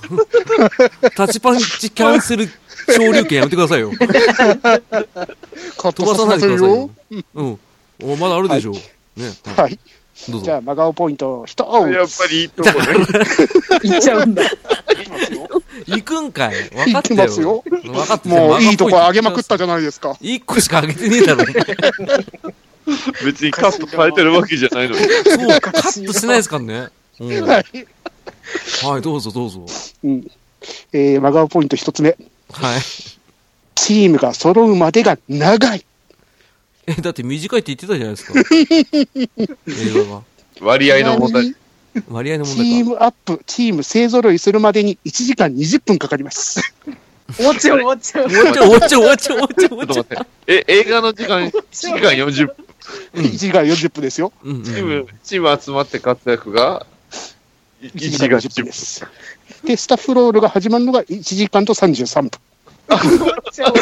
[SPEAKER 1] タッチパンチキャンセル昇竜拳やめてくださいよ。
[SPEAKER 4] カッ
[SPEAKER 1] 飛
[SPEAKER 4] ト
[SPEAKER 1] ばさない
[SPEAKER 4] さ
[SPEAKER 1] で
[SPEAKER 4] せ
[SPEAKER 1] くだ
[SPEAKER 4] る
[SPEAKER 1] さい
[SPEAKER 4] よ
[SPEAKER 1] よ。。うん。おまだあるでしょう。
[SPEAKER 4] は
[SPEAKER 1] ね。はい
[SPEAKER 4] はい。
[SPEAKER 1] どう
[SPEAKER 4] じゃ
[SPEAKER 1] ぞ。
[SPEAKER 4] あ、真顔ポイント、一
[SPEAKER 2] やっ
[SPEAKER 4] つ。
[SPEAKER 2] ぱりいいとこね。
[SPEAKER 3] 行っちゃうんだ。
[SPEAKER 1] 行くんかい。分かって
[SPEAKER 4] 行ってますよ
[SPEAKER 1] 分かってる
[SPEAKER 4] もういいとこ上げまくったじゃないですか。
[SPEAKER 1] 一個しか上げてねえだろ。
[SPEAKER 2] 別にカットされてるわけじゃないのに。
[SPEAKER 1] そう、カットしてないですからね。うん
[SPEAKER 4] はい。
[SPEAKER 1] はい、どうぞどうぞ。
[SPEAKER 4] うん。えー、真顔ポイント一つ目。
[SPEAKER 1] はい。
[SPEAKER 4] チームが揃うまでが長い。
[SPEAKER 1] え、だって短いって言ってたじゃないですか。
[SPEAKER 4] <laughs>
[SPEAKER 1] 映画が。
[SPEAKER 2] 割合の問題。
[SPEAKER 1] 割合の問
[SPEAKER 4] チー
[SPEAKER 1] 題か。
[SPEAKER 4] ムアップ、チーム勢揃いするまでに1時間20分かかります。
[SPEAKER 3] 終わっちゃう、終わっちゃう。
[SPEAKER 1] 終わっちゃう終わっちゃう終わっちゃう終わっ
[SPEAKER 2] ち
[SPEAKER 1] ち
[SPEAKER 2] ょ
[SPEAKER 1] ゃ
[SPEAKER 2] っと待って。え、映画の時間、1時間40分。
[SPEAKER 1] うん
[SPEAKER 4] 1時間40分ですよ。
[SPEAKER 1] う。うん
[SPEAKER 2] チ
[SPEAKER 1] う
[SPEAKER 2] ー
[SPEAKER 1] んうん
[SPEAKER 2] ム、チーム集まって活躍が、い1
[SPEAKER 4] 1
[SPEAKER 2] 時
[SPEAKER 4] 時
[SPEAKER 2] 間
[SPEAKER 4] 間
[SPEAKER 2] 10分
[SPEAKER 4] 40分で。す。で、スタッフロールが始まるのが1時間と33分。
[SPEAKER 3] 終わっちゃう。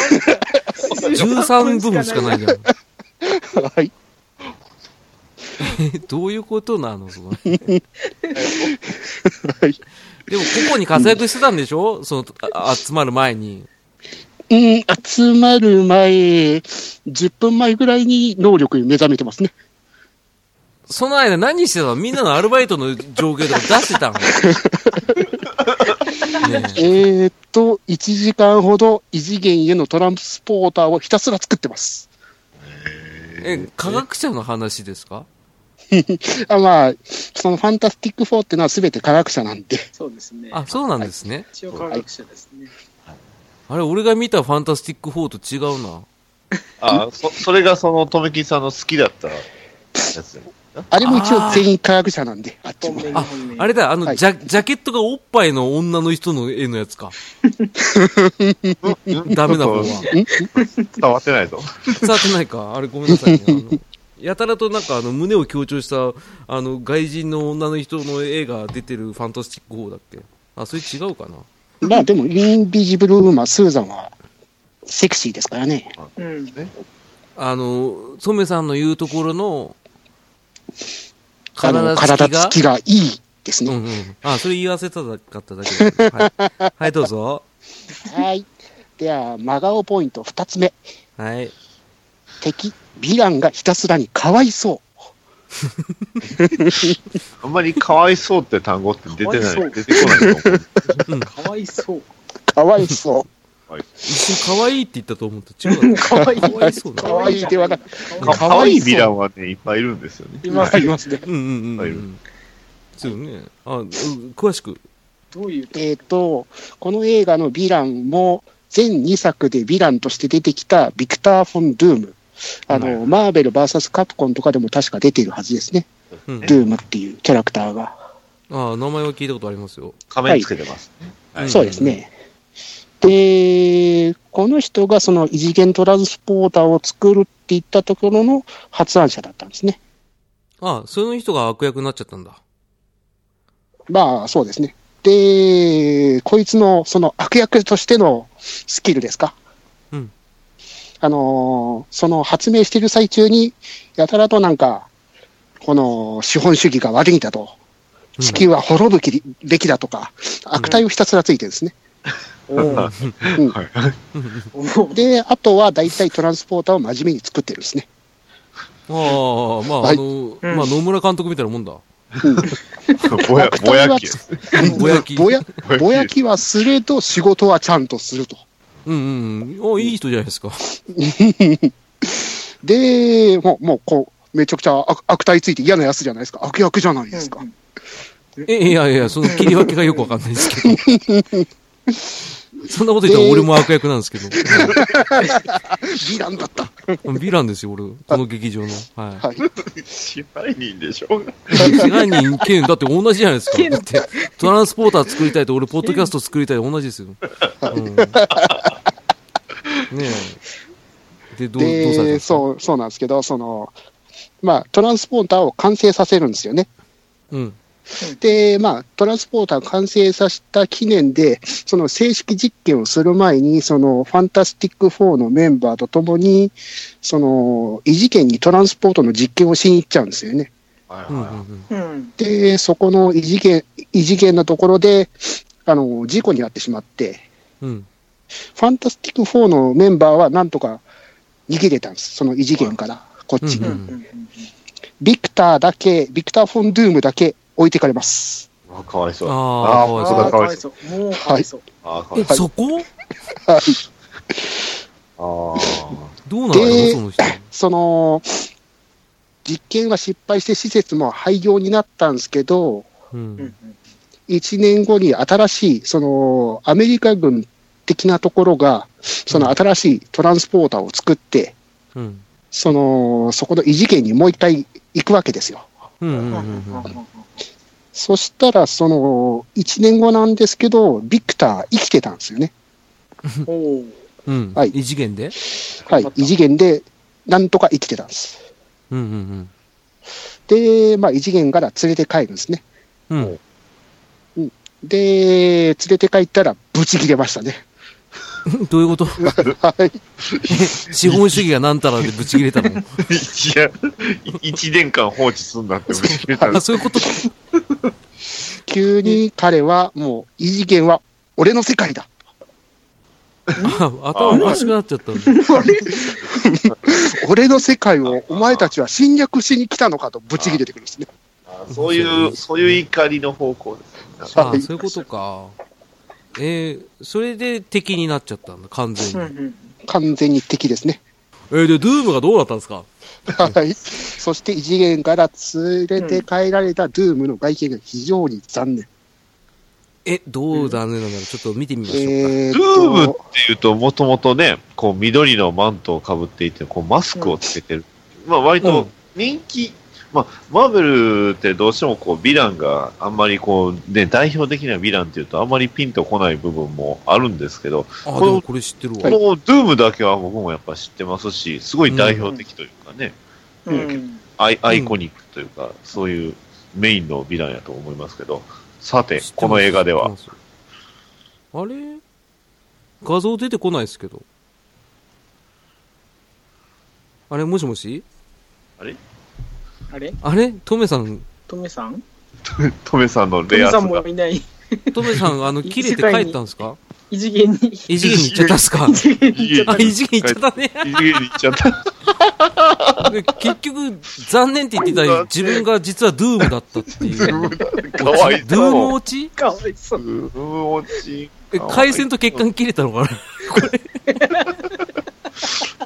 [SPEAKER 1] 13分しかないじゃん。
[SPEAKER 4] はい。
[SPEAKER 1] <laughs> えどういうことなのその。
[SPEAKER 4] はい。
[SPEAKER 1] でも、個々に活躍してたんでしょその、あ集まる前に。
[SPEAKER 4] うん、集まる前、10分前ぐらいに能力に目覚めてますね。
[SPEAKER 1] その間何してたのみんなのアルバイトの状況とか出してたのねえ
[SPEAKER 4] <laughs> えーっと、1時間ほど異次元へのトランスポーターをひたすら作ってます。
[SPEAKER 1] え、科学者の話ですか
[SPEAKER 4] あまあ、そのファンタスティック4ってのは全て科学者なんで。
[SPEAKER 3] そうですね。
[SPEAKER 1] あ、そうなんですね。
[SPEAKER 3] 一応科学者ですね。
[SPEAKER 1] あれ、俺が見たファンタスティック4と違うな。
[SPEAKER 2] あそ、それがその、とめきさんの好きだったやつだね
[SPEAKER 4] あれも一応全員科学者なんで、あっち
[SPEAKER 3] 本
[SPEAKER 4] も。
[SPEAKER 3] 命、
[SPEAKER 1] あ
[SPEAKER 3] 本命。
[SPEAKER 1] あれだ、あの、
[SPEAKER 4] はい
[SPEAKER 1] ジャジャケットがおっぱいの女の人の絵のやつか。ダメな方は。
[SPEAKER 2] 伝わってないぞ。
[SPEAKER 1] 伝わってないか。あれごめんなさいね。あのやたらとなんかあの胸を強調したあの外人の女の人の絵が出てるファンタスティック4だっけあ、それ違うかな。
[SPEAKER 4] まあでも、インビジブルウーマン、スーザンは、セクシーですからね。
[SPEAKER 3] うん。
[SPEAKER 1] あの、ソメさんの言うところの、
[SPEAKER 4] あの
[SPEAKER 1] 体つきが。
[SPEAKER 4] 体つきがいいです
[SPEAKER 1] う
[SPEAKER 4] ね。
[SPEAKER 1] んうん。あ、それ言わせたかっただけだ、
[SPEAKER 4] <laughs>
[SPEAKER 1] はい。はい、どうぞ。
[SPEAKER 4] はい。では、真顔ポイント2つ目。
[SPEAKER 1] はい。
[SPEAKER 4] 敵、ヴィランがひたすらにかわいそう。
[SPEAKER 2] あんまりかわいそうって単語って出てな
[SPEAKER 3] か
[SPEAKER 2] い。
[SPEAKER 3] わいそう
[SPEAKER 2] 出てこないと思う。
[SPEAKER 3] かわいそう。
[SPEAKER 4] かわいそ
[SPEAKER 1] 一瞬可愛いって言ったと思った。違うだろ
[SPEAKER 3] かわいい。
[SPEAKER 1] かわいそう
[SPEAKER 4] う。
[SPEAKER 1] な
[SPEAKER 4] か。わいいではな
[SPEAKER 2] か
[SPEAKER 4] く、か
[SPEAKER 2] かわ
[SPEAKER 4] わ
[SPEAKER 2] いい
[SPEAKER 4] いそう
[SPEAKER 2] ヴィランはね、いっぱいいるんですよね。
[SPEAKER 3] います
[SPEAKER 4] ありますね。
[SPEAKER 1] うんうんうんう
[SPEAKER 2] はい
[SPEAKER 1] ん。そうね。あ、う詳しく。
[SPEAKER 3] どういうと
[SPEAKER 4] <laughs> えっ、と、この映画のヴィランも、全2作でヴィランとして出てきたビクター・フォン・ドゥーム。あの、
[SPEAKER 2] はい
[SPEAKER 4] マーベル VS カプコンとかでも確か出てるはずですね。
[SPEAKER 1] うん
[SPEAKER 4] ド。ゥームっていうキャラクターが。
[SPEAKER 1] あ、名前は聞いたことありますよ。
[SPEAKER 2] 仮面つけてます。はい
[SPEAKER 4] そうですね。で、この人がその異次元トランスポーターを作るって言ったところの発案者だったんですね。
[SPEAKER 1] あ、その人が悪役になっちゃったんだ。
[SPEAKER 4] まあ、そうですね。で、こいつのその悪役としてのスキルですか。
[SPEAKER 1] うん
[SPEAKER 4] あのーその発明してる最中に、やたらとなんか、この資本主義が悪いんだと、
[SPEAKER 1] うん
[SPEAKER 4] 地球は滅ぶきべきだとか、悪態をひたすらついてるんですね。
[SPEAKER 3] おで、
[SPEAKER 4] で、あとは大体トランスポーターを真面目に作ってるんですね。
[SPEAKER 1] ああ、まあ、
[SPEAKER 4] は
[SPEAKER 1] あ
[SPEAKER 4] い
[SPEAKER 1] の、
[SPEAKER 3] うん
[SPEAKER 1] まあ、野村監督みたいなもんだ。
[SPEAKER 2] <laughs> ぼや
[SPEAKER 4] 悪、
[SPEAKER 2] ぼ
[SPEAKER 4] 態
[SPEAKER 2] や
[SPEAKER 4] は
[SPEAKER 2] きです。
[SPEAKER 1] ぼやき。
[SPEAKER 4] ぼや
[SPEAKER 2] ぼやき
[SPEAKER 4] ぼやきはすれど、仕事はちゃんとすると。
[SPEAKER 1] うんうんうん。あ、いい人じゃないですか。
[SPEAKER 4] で、もう、もうこう、めちゃくちゃ悪悪態ついて嫌なやつじゃないですか。悪役じゃないですか。
[SPEAKER 1] え、いやいや、その切り分けがよくわかんないですけど。 <laughs> そんなこと言ったら俺も悪役なんですけど。
[SPEAKER 4] ヴィランだった。
[SPEAKER 1] うんヴィランですよ、俺。この劇場の。はい。
[SPEAKER 4] はい。
[SPEAKER 2] 支配人でしょ
[SPEAKER 1] 何人兼、だって同じじゃないですか。だって、トランスポーター作りたいと、俺、ポッドキャスト作りたいと同じですよ。うん、ねえ。で、どう、どうされたん
[SPEAKER 4] で、
[SPEAKER 1] ですか
[SPEAKER 4] そう、そうなんですけど、その、まあ、トランスポーターを完成させるんですよね。
[SPEAKER 1] う。うん。
[SPEAKER 4] で、まあ、トランスポーター完成させた記念で、その正式実験をする前に、そのファンタスティック4のメンバーと共に、その異次元にトランスポートの実験をしに行っちゃうんですよね。
[SPEAKER 2] はい
[SPEAKER 1] うんう
[SPEAKER 2] は
[SPEAKER 1] ん
[SPEAKER 3] うん。
[SPEAKER 4] で、そこの異次元、異次元なところで、あの、事故になってしまって、
[SPEAKER 1] うん
[SPEAKER 4] ファンタスティック4のメンバーはなんとか逃げれたんです。その異次元から、こっち
[SPEAKER 1] う
[SPEAKER 4] に。
[SPEAKER 1] ん
[SPEAKER 4] ビクターだけ、ビクター・フォン・ドゥームだけ置いてかれます。
[SPEAKER 2] い。わかわいそう。
[SPEAKER 1] あー
[SPEAKER 2] あ
[SPEAKER 1] かわ
[SPEAKER 2] ー、
[SPEAKER 1] い
[SPEAKER 2] そ
[SPEAKER 1] そうう
[SPEAKER 2] だ、
[SPEAKER 3] あ
[SPEAKER 2] か
[SPEAKER 3] か
[SPEAKER 2] わ
[SPEAKER 3] わ
[SPEAKER 2] い
[SPEAKER 3] い
[SPEAKER 2] そう。
[SPEAKER 3] そう。もうかわいそう。
[SPEAKER 2] あーかわ
[SPEAKER 1] え
[SPEAKER 2] いそう。
[SPEAKER 1] そこ
[SPEAKER 4] はい
[SPEAKER 2] あ <laughs> ー
[SPEAKER 1] どうなの
[SPEAKER 4] で
[SPEAKER 1] その人
[SPEAKER 4] その、実験は失敗して施設も廃業になったんですけど、
[SPEAKER 1] うん
[SPEAKER 4] 1年後に新しい、その、アメリカ軍的なところが、その新しいトランスポーターを作って、
[SPEAKER 1] うん
[SPEAKER 4] その、そこの異次元にもう一回行くわけですよ。
[SPEAKER 1] うんうん
[SPEAKER 3] う
[SPEAKER 1] うんんう
[SPEAKER 3] う
[SPEAKER 1] ん
[SPEAKER 3] うん
[SPEAKER 1] ん
[SPEAKER 4] そしたら、その、1年後なんですけど、ビクター生きてたんですよね。
[SPEAKER 3] おー
[SPEAKER 1] うん
[SPEAKER 4] はい
[SPEAKER 1] 異次元で
[SPEAKER 4] はい
[SPEAKER 3] よかっ。た
[SPEAKER 4] 異次元で、なんとか生きてたんです。
[SPEAKER 1] うんうん
[SPEAKER 4] で、まあ、異次元から連れて帰るんですね。
[SPEAKER 1] うんうん
[SPEAKER 4] で、連れて帰ったら、ブチ切れましたね。
[SPEAKER 1] <laughs> どういうこと
[SPEAKER 4] はい。
[SPEAKER 1] 資本主義がなんたらでぶち切れたの
[SPEAKER 2] いや、一年間放置すんなって言ったんで
[SPEAKER 1] あ
[SPEAKER 2] す
[SPEAKER 1] そういうこと
[SPEAKER 4] 急に彼は、もう、異次元は、俺の世界だ。
[SPEAKER 1] あ頭おかしくなっちゃった
[SPEAKER 4] 俺の世界を、お前たちは侵略しに来たのかと、ブチ切れてくるんですね。
[SPEAKER 2] あーそういう、そういう怒りの方向です。
[SPEAKER 1] あそういうことかえー、それで敵になっちゃったんだ完全
[SPEAKER 3] うん
[SPEAKER 1] に
[SPEAKER 3] うん
[SPEAKER 4] 完全に敵ですね。
[SPEAKER 1] えー、でドゥームがどうだったんですか
[SPEAKER 4] はい。そして異次元から連れて帰られたドゥームの外見が非常に残念。
[SPEAKER 1] えどう残念なんだろうちょっと見てみましょうか、
[SPEAKER 4] えーっ
[SPEAKER 2] ルームっ
[SPEAKER 4] と、
[SPEAKER 2] ていうと、もともとね、こう緑のマントをかぶっていて、こうマスクをつけてる。まあ割と人気、まあマーベルってどうしてもこうヴィランがあんまりこうね、代表的なヴィランっていうとあんまりピンとこない部分もあるんですけど、
[SPEAKER 1] あでもこれ知ってるわ、
[SPEAKER 2] このドゥームだけは僕もやっぱ知ってますし、すごい代表的というかね、
[SPEAKER 3] うん
[SPEAKER 2] アイアイコニックというか、そういうメインのヴィランやと思いますけど、さて
[SPEAKER 1] 知ってます、
[SPEAKER 2] この映画で
[SPEAKER 1] 知
[SPEAKER 2] は。
[SPEAKER 1] ってますあれ画像出てこないですけどあれもしもし
[SPEAKER 3] あれ
[SPEAKER 1] あれトメさん
[SPEAKER 3] トメさん
[SPEAKER 2] トメさんの
[SPEAKER 3] ト
[SPEAKER 2] レ
[SPEAKER 3] メ
[SPEAKER 2] ア
[SPEAKER 3] さ
[SPEAKER 2] さ
[SPEAKER 3] んも
[SPEAKER 2] が。
[SPEAKER 3] いない。
[SPEAKER 1] トメ
[SPEAKER 2] <laughs>
[SPEAKER 1] さんあの切れて帰ったんですか
[SPEAKER 3] 異次元に。
[SPEAKER 1] 異次元に行っちゃったんすか
[SPEAKER 3] 異次元に行っちゃっ
[SPEAKER 1] あ
[SPEAKER 3] た。
[SPEAKER 1] 異次元行っちゃったね
[SPEAKER 2] 異次元に行っちゃった。
[SPEAKER 1] で結局、残念って言ってたら、自分が実はドゥームだったっていう。
[SPEAKER 2] かわい
[SPEAKER 1] ドゥーム
[SPEAKER 2] そう。
[SPEAKER 1] 落ち
[SPEAKER 3] かわいそう。
[SPEAKER 2] うーん落ち。
[SPEAKER 1] え回線と血管切れたのかな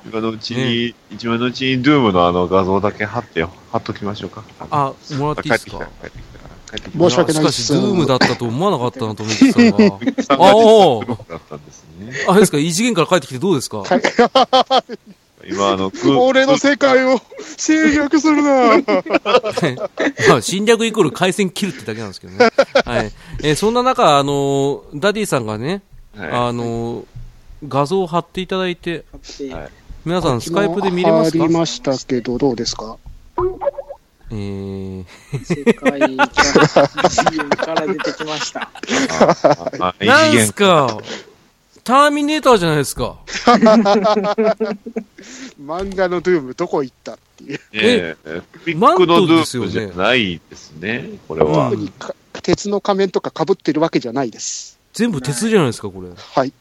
[SPEAKER 2] 今のうちに、一番のうちにドゥームのあの画像だけ貼ってよ。貼っときましょうか。あ、
[SPEAKER 1] あ、もらっていいです
[SPEAKER 2] 帰って
[SPEAKER 1] か
[SPEAKER 2] きた、帰ってきた。帰ってき
[SPEAKER 4] 申し訳ない
[SPEAKER 1] や
[SPEAKER 4] で
[SPEAKER 1] しか
[SPEAKER 4] す
[SPEAKER 1] し、ドゥームだったと思わなかったなと思ってたが。
[SPEAKER 2] た。 <laughs> さん
[SPEAKER 1] あ
[SPEAKER 2] が
[SPEAKER 1] お
[SPEAKER 2] 実
[SPEAKER 1] う
[SPEAKER 2] はドゥームだったんですね。
[SPEAKER 1] あれですか異次元から帰ってきてどうですか
[SPEAKER 4] か
[SPEAKER 2] 今あの、く
[SPEAKER 4] 俺の世界を侵略するな
[SPEAKER 1] <laughs> まあ、侵略イコール回線切るってだけなんですけどね。はい。えーそんな中、あのーダディさんがね、
[SPEAKER 2] はい
[SPEAKER 1] あのー画像を貼っていただいて、
[SPEAKER 3] 買って
[SPEAKER 2] はい
[SPEAKER 1] 皆さんスカイプで見れますか
[SPEAKER 4] ありましたけど、どうですか
[SPEAKER 1] えー、
[SPEAKER 3] 世界から異次元から出てきました。
[SPEAKER 2] あ異
[SPEAKER 1] なん
[SPEAKER 2] 次元
[SPEAKER 1] すかターミネーターじゃないですか。
[SPEAKER 4] 漫画のドゥームどこ行ったっていう。
[SPEAKER 2] ええピッ
[SPEAKER 1] マン
[SPEAKER 2] クの
[SPEAKER 1] ト
[SPEAKER 2] ドゥ
[SPEAKER 1] です
[SPEAKER 2] ー
[SPEAKER 1] よ
[SPEAKER 2] ム
[SPEAKER 1] ね
[SPEAKER 2] じゃないですね。これは
[SPEAKER 1] う
[SPEAKER 4] 特。にか鉄の仮面とか被ってるわけじゃないです。
[SPEAKER 1] 全部鉄じゃないですか、これ。
[SPEAKER 4] はい。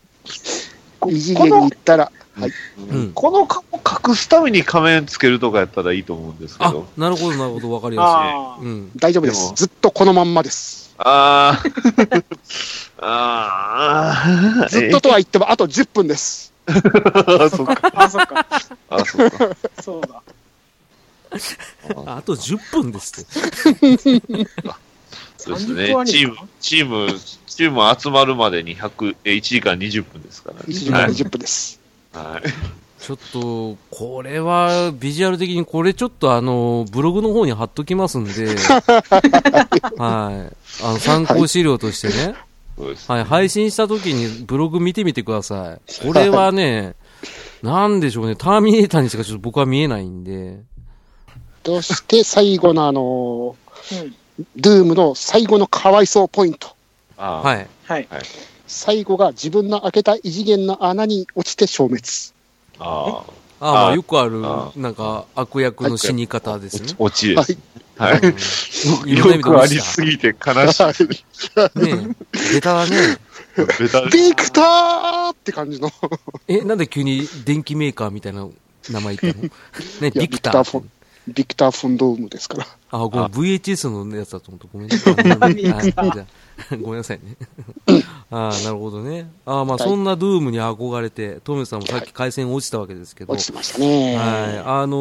[SPEAKER 4] 異次元に行ったら、はい。
[SPEAKER 1] うん。
[SPEAKER 2] この顔隠すために仮面つけるとかやったらいいと思うんですけ
[SPEAKER 1] あ
[SPEAKER 2] ど。、
[SPEAKER 1] なるほど、なるほど、わかりや
[SPEAKER 3] あ
[SPEAKER 1] す
[SPEAKER 3] あ
[SPEAKER 1] い。。うん。
[SPEAKER 4] 大丈夫で
[SPEAKER 2] でも
[SPEAKER 4] す。ずっとこのまんまです。
[SPEAKER 2] あー。 <laughs> あー。
[SPEAKER 4] ずっととは言っても、あと10分です。
[SPEAKER 2] あ、 <laughs> そっか。
[SPEAKER 3] あ、そっか。
[SPEAKER 2] あ、そっか。
[SPEAKER 3] そうだ。
[SPEAKER 1] ああと10分ですって。
[SPEAKER 2] そうです
[SPEAKER 3] 30分あ
[SPEAKER 2] ね。
[SPEAKER 3] り
[SPEAKER 2] チーム、チーム、チーム集まるまでに100、え1時間20分ですから
[SPEAKER 4] 1時間
[SPEAKER 2] ね。
[SPEAKER 4] 20分です。
[SPEAKER 2] はい。はい
[SPEAKER 1] ちょっと、これは、ビジュアル的に、これちょっとあの、ブログの方に貼っときますんで、はい。あの、参考資料としてね、
[SPEAKER 2] そうです。
[SPEAKER 1] はい、配信した時にブログ見てみてください。これはね、なんでしょうね、ターミネーターにしかちょっと僕は見えないんで、
[SPEAKER 4] そして最後のあの、
[SPEAKER 3] うん。
[SPEAKER 4] ドゥームの最後のかわいそうポイント。
[SPEAKER 2] あー
[SPEAKER 1] はい。
[SPEAKER 3] はい。
[SPEAKER 4] 最後が自分の開けた異次元の穴に落ちて消滅。
[SPEAKER 2] あー
[SPEAKER 1] ああ、まあ
[SPEAKER 2] あ
[SPEAKER 1] よくある
[SPEAKER 2] あ、
[SPEAKER 1] なんか、悪役の死に方で
[SPEAKER 2] 落
[SPEAKER 1] すね
[SPEAKER 2] ち。落ちです。はい。
[SPEAKER 1] うんいろんな意味
[SPEAKER 2] よ
[SPEAKER 1] で
[SPEAKER 2] くあ
[SPEAKER 1] 落ち
[SPEAKER 2] り
[SPEAKER 1] た
[SPEAKER 2] すぎて悲しい。
[SPEAKER 1] ねえ、ベタだね。
[SPEAKER 2] ベタです
[SPEAKER 4] ビクターって感じの。
[SPEAKER 1] え、なんで急に電機メーカーみたいな名前言ったのね、
[SPEAKER 4] いや
[SPEAKER 1] ビクター
[SPEAKER 4] フォン。ビクターフォンドームですから。
[SPEAKER 1] あ、ごめん、VHS のやつだと思って、ご
[SPEAKER 4] <laughs>
[SPEAKER 1] めんなさい。
[SPEAKER 3] ビクター
[SPEAKER 1] あじゃあ <laughs> ごめんなさいね。ああ、なるほどね。ああ、まあ、そんなドゥームに憧れて、トムさんもさっき回線落ちたわけですけど、は
[SPEAKER 4] 落
[SPEAKER 1] い
[SPEAKER 4] ち。てましたね。
[SPEAKER 1] あの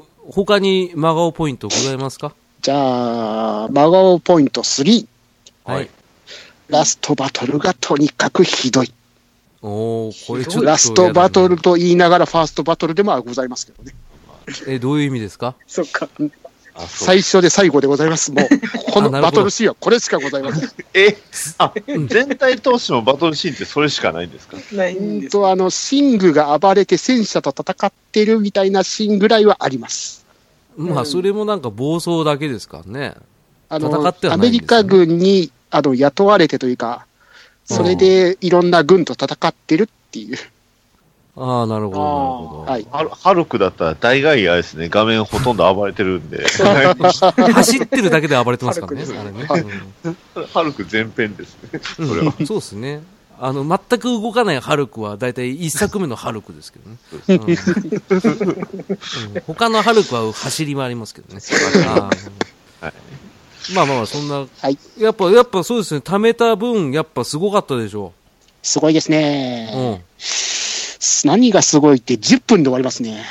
[SPEAKER 1] ー他に真顔ポイントございますか
[SPEAKER 4] じゃあ、真顔ポイント3。
[SPEAKER 1] はい。
[SPEAKER 4] ラストバトルがとにかくひどい。
[SPEAKER 1] おおこれちょっと、
[SPEAKER 4] ラストバトル。と言いながらファーストバトルでもはございますけどね。
[SPEAKER 1] え、どういう意味ですか
[SPEAKER 3] そっか。
[SPEAKER 2] あそう
[SPEAKER 4] 最初で最後でございます。も
[SPEAKER 1] <laughs>
[SPEAKER 4] う、この
[SPEAKER 1] なるほど
[SPEAKER 4] バトルシーンはこれしかございません。
[SPEAKER 2] えあ、全体投資のバトルシーンってそれしかないんですか
[SPEAKER 3] ないん
[SPEAKER 4] う
[SPEAKER 3] です。
[SPEAKER 4] んと、あの、シングが暴れて戦車と戦ってるみたいなシーンぐらいはあります。
[SPEAKER 1] ま
[SPEAKER 3] う
[SPEAKER 1] あ、
[SPEAKER 3] ん
[SPEAKER 1] それもなんか暴走だけですからね。
[SPEAKER 4] あの、
[SPEAKER 1] 戦っては
[SPEAKER 4] ア
[SPEAKER 1] ない
[SPEAKER 4] メ
[SPEAKER 1] んです
[SPEAKER 4] リ
[SPEAKER 1] よね
[SPEAKER 4] カ軍に、あの、雇われてというか、それでいろんな軍と戦ってるっていう。
[SPEAKER 1] ああ、なるほど、なるほど。
[SPEAKER 4] はい。 <laughs>
[SPEAKER 2] ハルハルクだったら大概あれですね、画面ほとんど暴れてるんで、 <laughs>
[SPEAKER 1] 走ってるだけで暴れてますからね、
[SPEAKER 3] 軽く
[SPEAKER 1] あれね。
[SPEAKER 2] ハルク全編ですね。
[SPEAKER 1] うん
[SPEAKER 2] それは。
[SPEAKER 1] <laughs> そうですね。あの、全く動かないハルクは、だいたい一作目のハルクですけどね。うんうん他のハルクは走り回りますけどね。あー
[SPEAKER 2] はい
[SPEAKER 1] まあまあまあ、そんな、
[SPEAKER 4] はい。
[SPEAKER 1] やっぱ、やっぱそうですね、貯めた分、やっぱすごかったでしょ
[SPEAKER 4] すごいです
[SPEAKER 1] う。
[SPEAKER 4] ね。
[SPEAKER 1] うん。
[SPEAKER 4] 何がすごいって10分で終わりますね。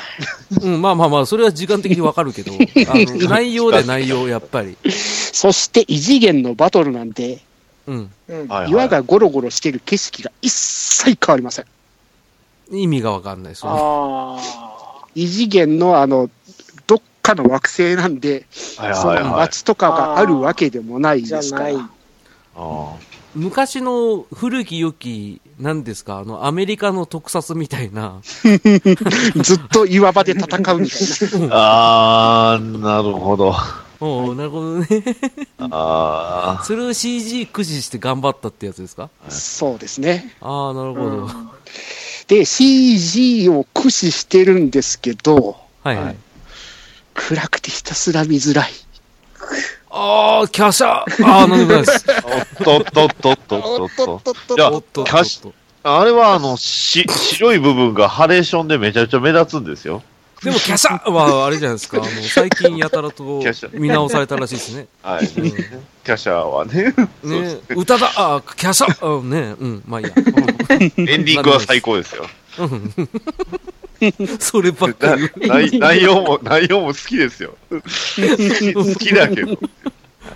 [SPEAKER 1] うん、まあまあまあ、それは時間的にわかるけ
[SPEAKER 2] <laughs>
[SPEAKER 1] ど、あの内容で内容、やっぱり。
[SPEAKER 4] そして異次元のバトルなんて、
[SPEAKER 1] うん。
[SPEAKER 3] うん。
[SPEAKER 2] はいはい
[SPEAKER 4] 岩がゴロゴロしてる景色が一切変わりません。
[SPEAKER 1] 意味がわかんないですよね。
[SPEAKER 3] あ
[SPEAKER 4] 異次元のあの、どっかの惑星なんで、
[SPEAKER 2] はい
[SPEAKER 4] そ
[SPEAKER 2] はい
[SPEAKER 4] の
[SPEAKER 2] はい。
[SPEAKER 4] 街とかがあるわけでもない
[SPEAKER 3] あ、じゃ
[SPEAKER 4] ですか
[SPEAKER 3] ない。
[SPEAKER 4] ら。
[SPEAKER 2] あ
[SPEAKER 1] 昔の古き良き、なんですか、あの、アメリカの特撮みたいな、
[SPEAKER 4] ずっと岩場で戦
[SPEAKER 2] <laughs>
[SPEAKER 4] うみたいな。
[SPEAKER 2] ーあー、なるほど。あ
[SPEAKER 1] おうなるほどね。
[SPEAKER 2] あ
[SPEAKER 1] それを CG 駆使して頑張ったってやつですか
[SPEAKER 4] そうですね。
[SPEAKER 1] ああ、なるほ
[SPEAKER 3] う
[SPEAKER 1] ど。
[SPEAKER 3] ん
[SPEAKER 4] で、CG を駆使してるんですけど、
[SPEAKER 1] はい
[SPEAKER 2] は
[SPEAKER 1] はいい。
[SPEAKER 4] 暗くてひたすら見づらい。
[SPEAKER 1] ああ、キャシャああ、なんでもないです。
[SPEAKER 2] ー、おっとっとっとっとっとっと。いや
[SPEAKER 1] おっとっとっと。
[SPEAKER 2] キャシあれはあの、し、白い部分がハレーションでめちゃくちゃ目立つんですよ。
[SPEAKER 1] でも、キャシャはあれじゃないですか。あの、最近やたらと
[SPEAKER 2] キャシャ
[SPEAKER 1] 見直されたらしいですね。
[SPEAKER 2] はい。キャシャはね、そうで
[SPEAKER 1] ね歌だ、あーキャシャあーねうん、まあいいや。
[SPEAKER 2] <laughs> エンディングは最高ですよ。
[SPEAKER 1] そればっかり。
[SPEAKER 2] 内内容も、内容も好きですよ。好き好きだけど、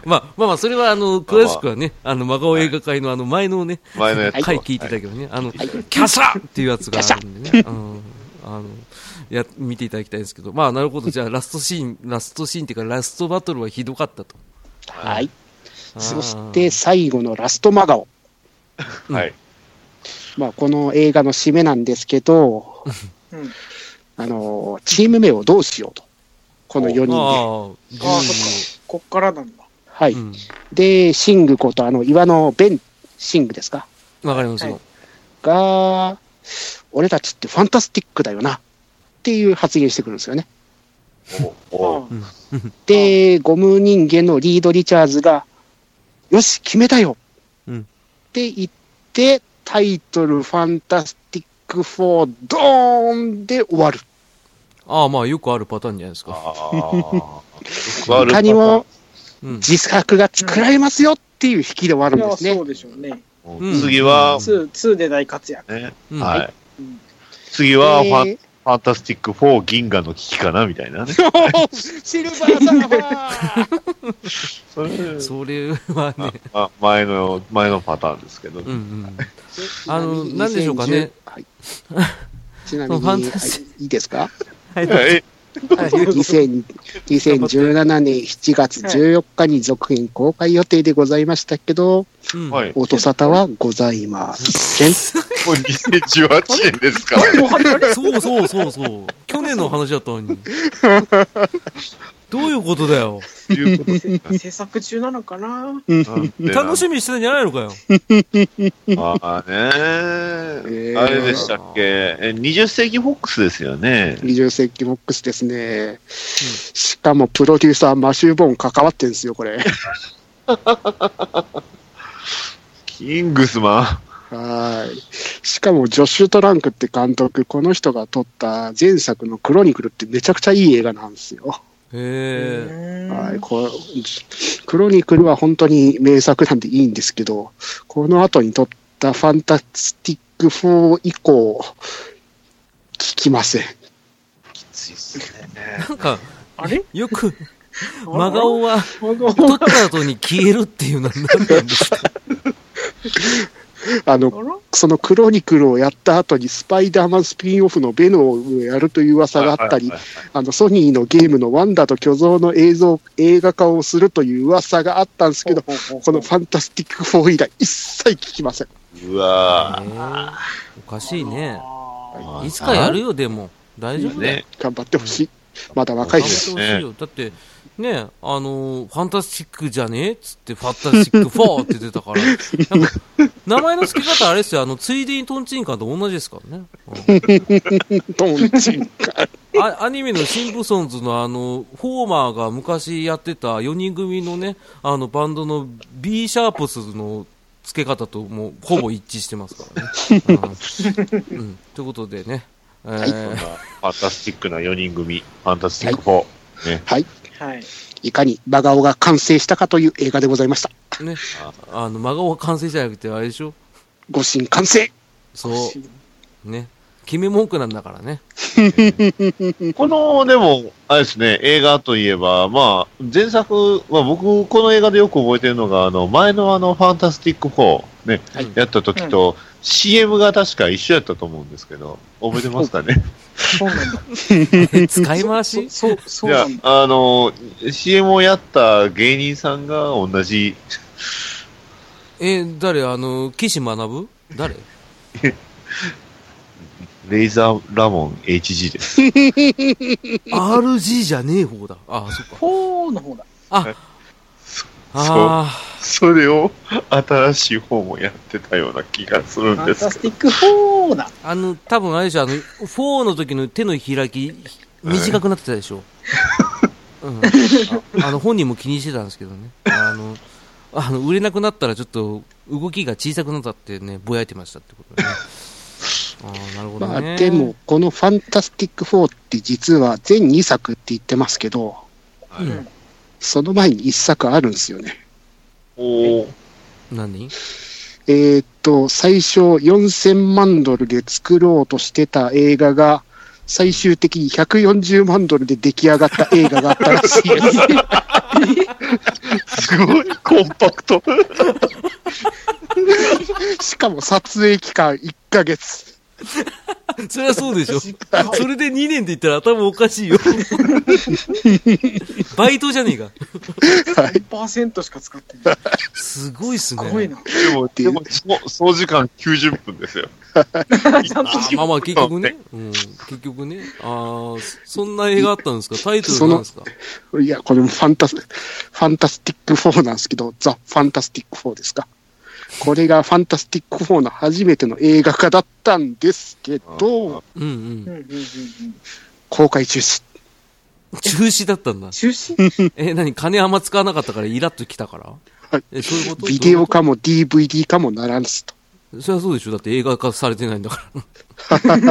[SPEAKER 1] まあまあまあ、それはあの、詳しくはね、あの、真顔映画会のあの、前のね、
[SPEAKER 2] 前のや
[SPEAKER 1] <laughs>
[SPEAKER 2] つ
[SPEAKER 1] はい、聞いていただけどね、あの、キャシャっていうやつがあるんでね、うんあの、や、見ていただきたいんですけど、まあ、なるほど、じゃあ、ラストシーン、ラストシーンっていうか、ラストバトルはひどかったと。
[SPEAKER 4] はい。
[SPEAKER 1] あー
[SPEAKER 4] そして、最後のラストマガオ。
[SPEAKER 2] はいはい。
[SPEAKER 4] まあ、この映画の締めなんですけど、
[SPEAKER 3] うん
[SPEAKER 4] あの、チーム名をどうしようと。この
[SPEAKER 1] あ
[SPEAKER 4] 4人で。
[SPEAKER 1] ー
[SPEAKER 3] ああ、そっか。こっからなんだ。
[SPEAKER 4] はい。
[SPEAKER 1] うん
[SPEAKER 4] で、シングこと、あの、岩のベン、シングですか
[SPEAKER 1] わかります
[SPEAKER 3] は
[SPEAKER 1] よ。
[SPEAKER 4] が、俺たちってファンタスティックだよな。っていう発言してくるんですよね。
[SPEAKER 2] おお
[SPEAKER 3] あ
[SPEAKER 4] で、ゴム人間のリード・リチャーズが、よし、決めたよ
[SPEAKER 1] うん
[SPEAKER 4] って言って、タイトル、ファンタスティック4、ドーンで終わる。
[SPEAKER 1] ああ、まあ、よくあるパターンじゃないですか。
[SPEAKER 2] ああ。
[SPEAKER 4] 他にも
[SPEAKER 1] うん。
[SPEAKER 4] 自作が作られますよっていう引きで終わ
[SPEAKER 3] あ。い
[SPEAKER 4] るん
[SPEAKER 3] や、
[SPEAKER 4] ですね
[SPEAKER 3] そう。でしょうね。
[SPEAKER 1] うん
[SPEAKER 2] 次は、
[SPEAKER 3] 2、2で大
[SPEAKER 2] <laughs>
[SPEAKER 3] 活躍。
[SPEAKER 2] ね、
[SPEAKER 1] うん
[SPEAKER 2] はい
[SPEAKER 3] うん。
[SPEAKER 2] 次はファン、
[SPEAKER 4] えー
[SPEAKER 2] ファンタスティック4銀河の危機かなみたいなね。
[SPEAKER 4] シルバーサーファー
[SPEAKER 2] それ
[SPEAKER 1] それはね、
[SPEAKER 2] ま前の、前のパターンですけど。
[SPEAKER 1] うんうん。あのなんでしょうかね。
[SPEAKER 4] はい、
[SPEAKER 1] <laughs>
[SPEAKER 4] ちなみに、
[SPEAKER 1] ファ
[SPEAKER 4] は
[SPEAKER 1] ンタジ
[SPEAKER 4] い、いいで
[SPEAKER 1] <laughs>
[SPEAKER 4] すか
[SPEAKER 1] はい、
[SPEAKER 2] え
[SPEAKER 4] 2000 2017年7月14日に続編公開予定でございましたけど、
[SPEAKER 1] <laughs> うん
[SPEAKER 2] はい。も
[SPEAKER 4] 音沙汰はございません。
[SPEAKER 2] う2018年ですから。
[SPEAKER 1] そうそうそうそう。去年の話だったのに。どういうことだよ。
[SPEAKER 2] ということで。
[SPEAKER 3] 制作中なのかな
[SPEAKER 1] <laughs> 楽し
[SPEAKER 2] み。
[SPEAKER 1] みにしてたんじゃないのかよ。
[SPEAKER 2] まあね、
[SPEAKER 4] ー
[SPEAKER 2] あれでしたっけ。え20世紀フォックスですよね。
[SPEAKER 4] 20世紀フォックスですね。しかもプロデューサーマシュー・ボーン関わってんですよ、これ。
[SPEAKER 2] キングスマ
[SPEAKER 4] はい。しかもジョッシュ・トランクって監督、この人が撮った前作のクロニクルってめちゃくちゃいい映画なんですよ。
[SPEAKER 1] へえ。
[SPEAKER 4] は、
[SPEAKER 3] はい
[SPEAKER 4] こうクロニクルは本当に名作なんでいいんですけど、この後に撮ったファンタスティック4以降、聞きません。
[SPEAKER 2] ン。きついっすね。
[SPEAKER 1] なんか、
[SPEAKER 3] あれ
[SPEAKER 1] よく、真顔は、
[SPEAKER 3] 真顔
[SPEAKER 1] 撮った後に消えるっていうのは何なんですか
[SPEAKER 4] あの、
[SPEAKER 3] あら
[SPEAKER 4] そのクロニクルをやった後にスパイダーマンスピンオフのベノをやるという噂があったり
[SPEAKER 2] はいはい、
[SPEAKER 4] あのソニーのゲームのワンダと巨像の映像、映画化をするという噂があったんですけど、
[SPEAKER 3] ほうほうほう
[SPEAKER 4] このファンタスティック4以来一切聞きません。
[SPEAKER 2] うわ
[SPEAKER 1] へーおかしいね。
[SPEAKER 3] あ
[SPEAKER 2] ぁ。
[SPEAKER 1] いつかやるよ、でも。大丈夫だよ。
[SPEAKER 2] ね。
[SPEAKER 4] 頑張ってほしい。まだ若い
[SPEAKER 1] 頑張
[SPEAKER 4] し。
[SPEAKER 1] ってほしいよ。だって、ね、あのーファンタスティックじゃねえっつって、ファンタスティック4って出たから、なんか名前の付け方あれですよ、あの、ついでにトンチンカンと同じですからね。うん
[SPEAKER 4] トンチンカン。
[SPEAKER 1] あアニメのシンプソンズのあの、フォーマーが昔やってた4人組のね、あの、バンドの B シャープスの付け方ともうほぼ一致してますからね。うんうん。ということでね、えー
[SPEAKER 2] そんなファンタスティックな4人組、ファンタスティック4。ね。
[SPEAKER 4] はい。
[SPEAKER 3] はい。
[SPEAKER 4] いかに真顔が完成したかという映画でございました。
[SPEAKER 1] ね、あの、真顔は完成じゃなくて、あれでしょ
[SPEAKER 4] ご神完成
[SPEAKER 1] そう。ね。決め文句なんだからね。
[SPEAKER 2] この、でも、あれですね、映画といえば、まあ、前作、まあ僕、この映画でよく覚えてるのが、あの、前のあの、ファンタスティック4、ね、
[SPEAKER 1] はい
[SPEAKER 2] やった時と、CM が確か一緒やったと思うんですけど、覚えてますかね
[SPEAKER 3] そうなんだ。
[SPEAKER 1] 使い回
[SPEAKER 3] <laughs> そ
[SPEAKER 1] し
[SPEAKER 3] そう、そう
[SPEAKER 2] じゃ
[SPEAKER 3] なんだ。
[SPEAKER 2] あ、あの、CM をやった芸人さんが同じ、
[SPEAKER 1] え、誰あの、岸学ぶ誰
[SPEAKER 2] レイザーラモン HG です。
[SPEAKER 1] ?RG じゃねえ方だ。ああ、そっか。
[SPEAKER 3] ほうの方だ。
[SPEAKER 1] あ、あ
[SPEAKER 2] <laughs> それを、新しい方もやってたような気がする
[SPEAKER 3] フ
[SPEAKER 2] ん
[SPEAKER 3] ァ
[SPEAKER 2] で
[SPEAKER 3] ンタ
[SPEAKER 2] す
[SPEAKER 3] ス
[SPEAKER 2] け
[SPEAKER 3] ティック4だ。
[SPEAKER 1] あ、あの、多分あれでしょ、あの、4の時の手の開き、短くなってたでしょ。うん。ああの、本人も気にしてたんですけどね。あの、あの売れなくなったらちょっと動きが小さくなったってね、ぼやいてましたってことね。ああ、なるほど
[SPEAKER 4] まあ
[SPEAKER 1] ね。
[SPEAKER 4] でも、、このファンタスティック4って実は全2作って言ってますけど、
[SPEAKER 2] ど。
[SPEAKER 1] うん
[SPEAKER 4] その前に1作あるんですよね。
[SPEAKER 2] おー
[SPEAKER 1] 何 <laughs>
[SPEAKER 4] えーっと、最初4000万ドルで作ろうとしてた映画が、最終的に140万ドルで出来上がった映画があったらしいです。
[SPEAKER 2] <laughs> すごいコンパクト。
[SPEAKER 4] しかも撮影期間1ヶ月。
[SPEAKER 1] そりゃそうでしょ。それで2年で言ったら頭おかしい
[SPEAKER 4] <laughs>
[SPEAKER 1] よ。バイトじゃねえか。
[SPEAKER 3] 4%しか使ってない。
[SPEAKER 1] すごいっす
[SPEAKER 3] す
[SPEAKER 1] ね。
[SPEAKER 3] ごいな。
[SPEAKER 2] でも、でも、そ総時間90分
[SPEAKER 3] <laughs>
[SPEAKER 2] ですよ。
[SPEAKER 3] ちゃんと
[SPEAKER 1] あ <laughs> まあまあ結局ね。うん、結局ね。ああ、そんな映画あったんですかタイトルなんですか
[SPEAKER 4] いや、これもファンタス、ファンタスティック4なんですけど、ザ・ファンタスティック4ですか。これがファンタスティック4の初めての映画化だったんですけど、
[SPEAKER 1] うんうん。
[SPEAKER 3] うんうんうんうん
[SPEAKER 4] 公開中止。
[SPEAKER 1] 中止だ
[SPEAKER 4] <laughs>
[SPEAKER 1] ったんだ。
[SPEAKER 3] 中止
[SPEAKER 1] え、何金あんま使わなかったからイラッと来たから
[SPEAKER 4] はい
[SPEAKER 1] え、そういうこと
[SPEAKER 4] ビデオ
[SPEAKER 1] か
[SPEAKER 4] 化も DVD 化もならんすと。
[SPEAKER 1] そりゃそうでしょ。だって映画化されてないんだから。 <laughs>
[SPEAKER 4] い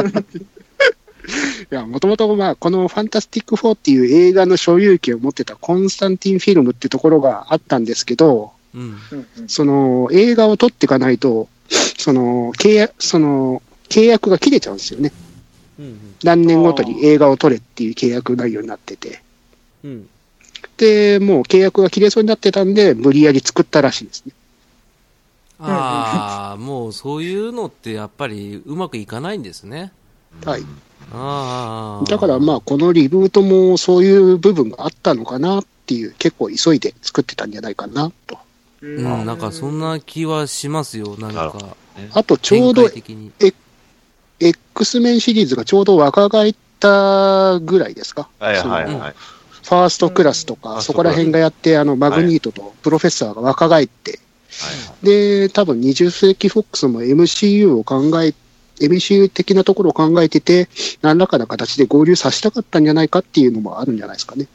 [SPEAKER 4] や、もともとまあ、このファンタスティック4っていう映画の所有権を持ってたコンスタンティンフィルムってところがあったんですけど、
[SPEAKER 1] うん。
[SPEAKER 3] うんうん
[SPEAKER 4] その映画を撮っていかないと、その契約、その契約が切れちゃうんですよね。
[SPEAKER 1] うん。
[SPEAKER 4] 何年ごとに映画を撮れっていう契約内容になってて。
[SPEAKER 1] うん。
[SPEAKER 4] で、もう契約が切れそうになってたんで、無理やり作ったらしいですね。
[SPEAKER 1] ああ、もうそういうのってやっぱりうまくいかないんですね。
[SPEAKER 4] はい。
[SPEAKER 1] ああ。
[SPEAKER 4] だからまあ、このリブートもそういう部分があったのかなっていう、結構急いで作ってたんじゃないかなと。
[SPEAKER 1] うん、なんかそんな気はしますよ、なん
[SPEAKER 2] なる
[SPEAKER 1] か
[SPEAKER 2] ほ。
[SPEAKER 4] あと、ちょ
[SPEAKER 1] 展
[SPEAKER 4] うど
[SPEAKER 1] 開的に。
[SPEAKER 4] X メンシリーズがちょうど若返ったぐらいですか。
[SPEAKER 2] はいはい
[SPEAKER 4] その
[SPEAKER 2] はい。
[SPEAKER 4] ファーストクラスとか、
[SPEAKER 2] うん
[SPEAKER 4] そこら辺がやって、あの、マグニートとプロフェッサーが若返って、で、多分20世紀フォックスも MCU を考え、MCU 的なところを考えてて、何らかの形で合流させたかったんじゃないかっていうのもあるんじゃないですかね。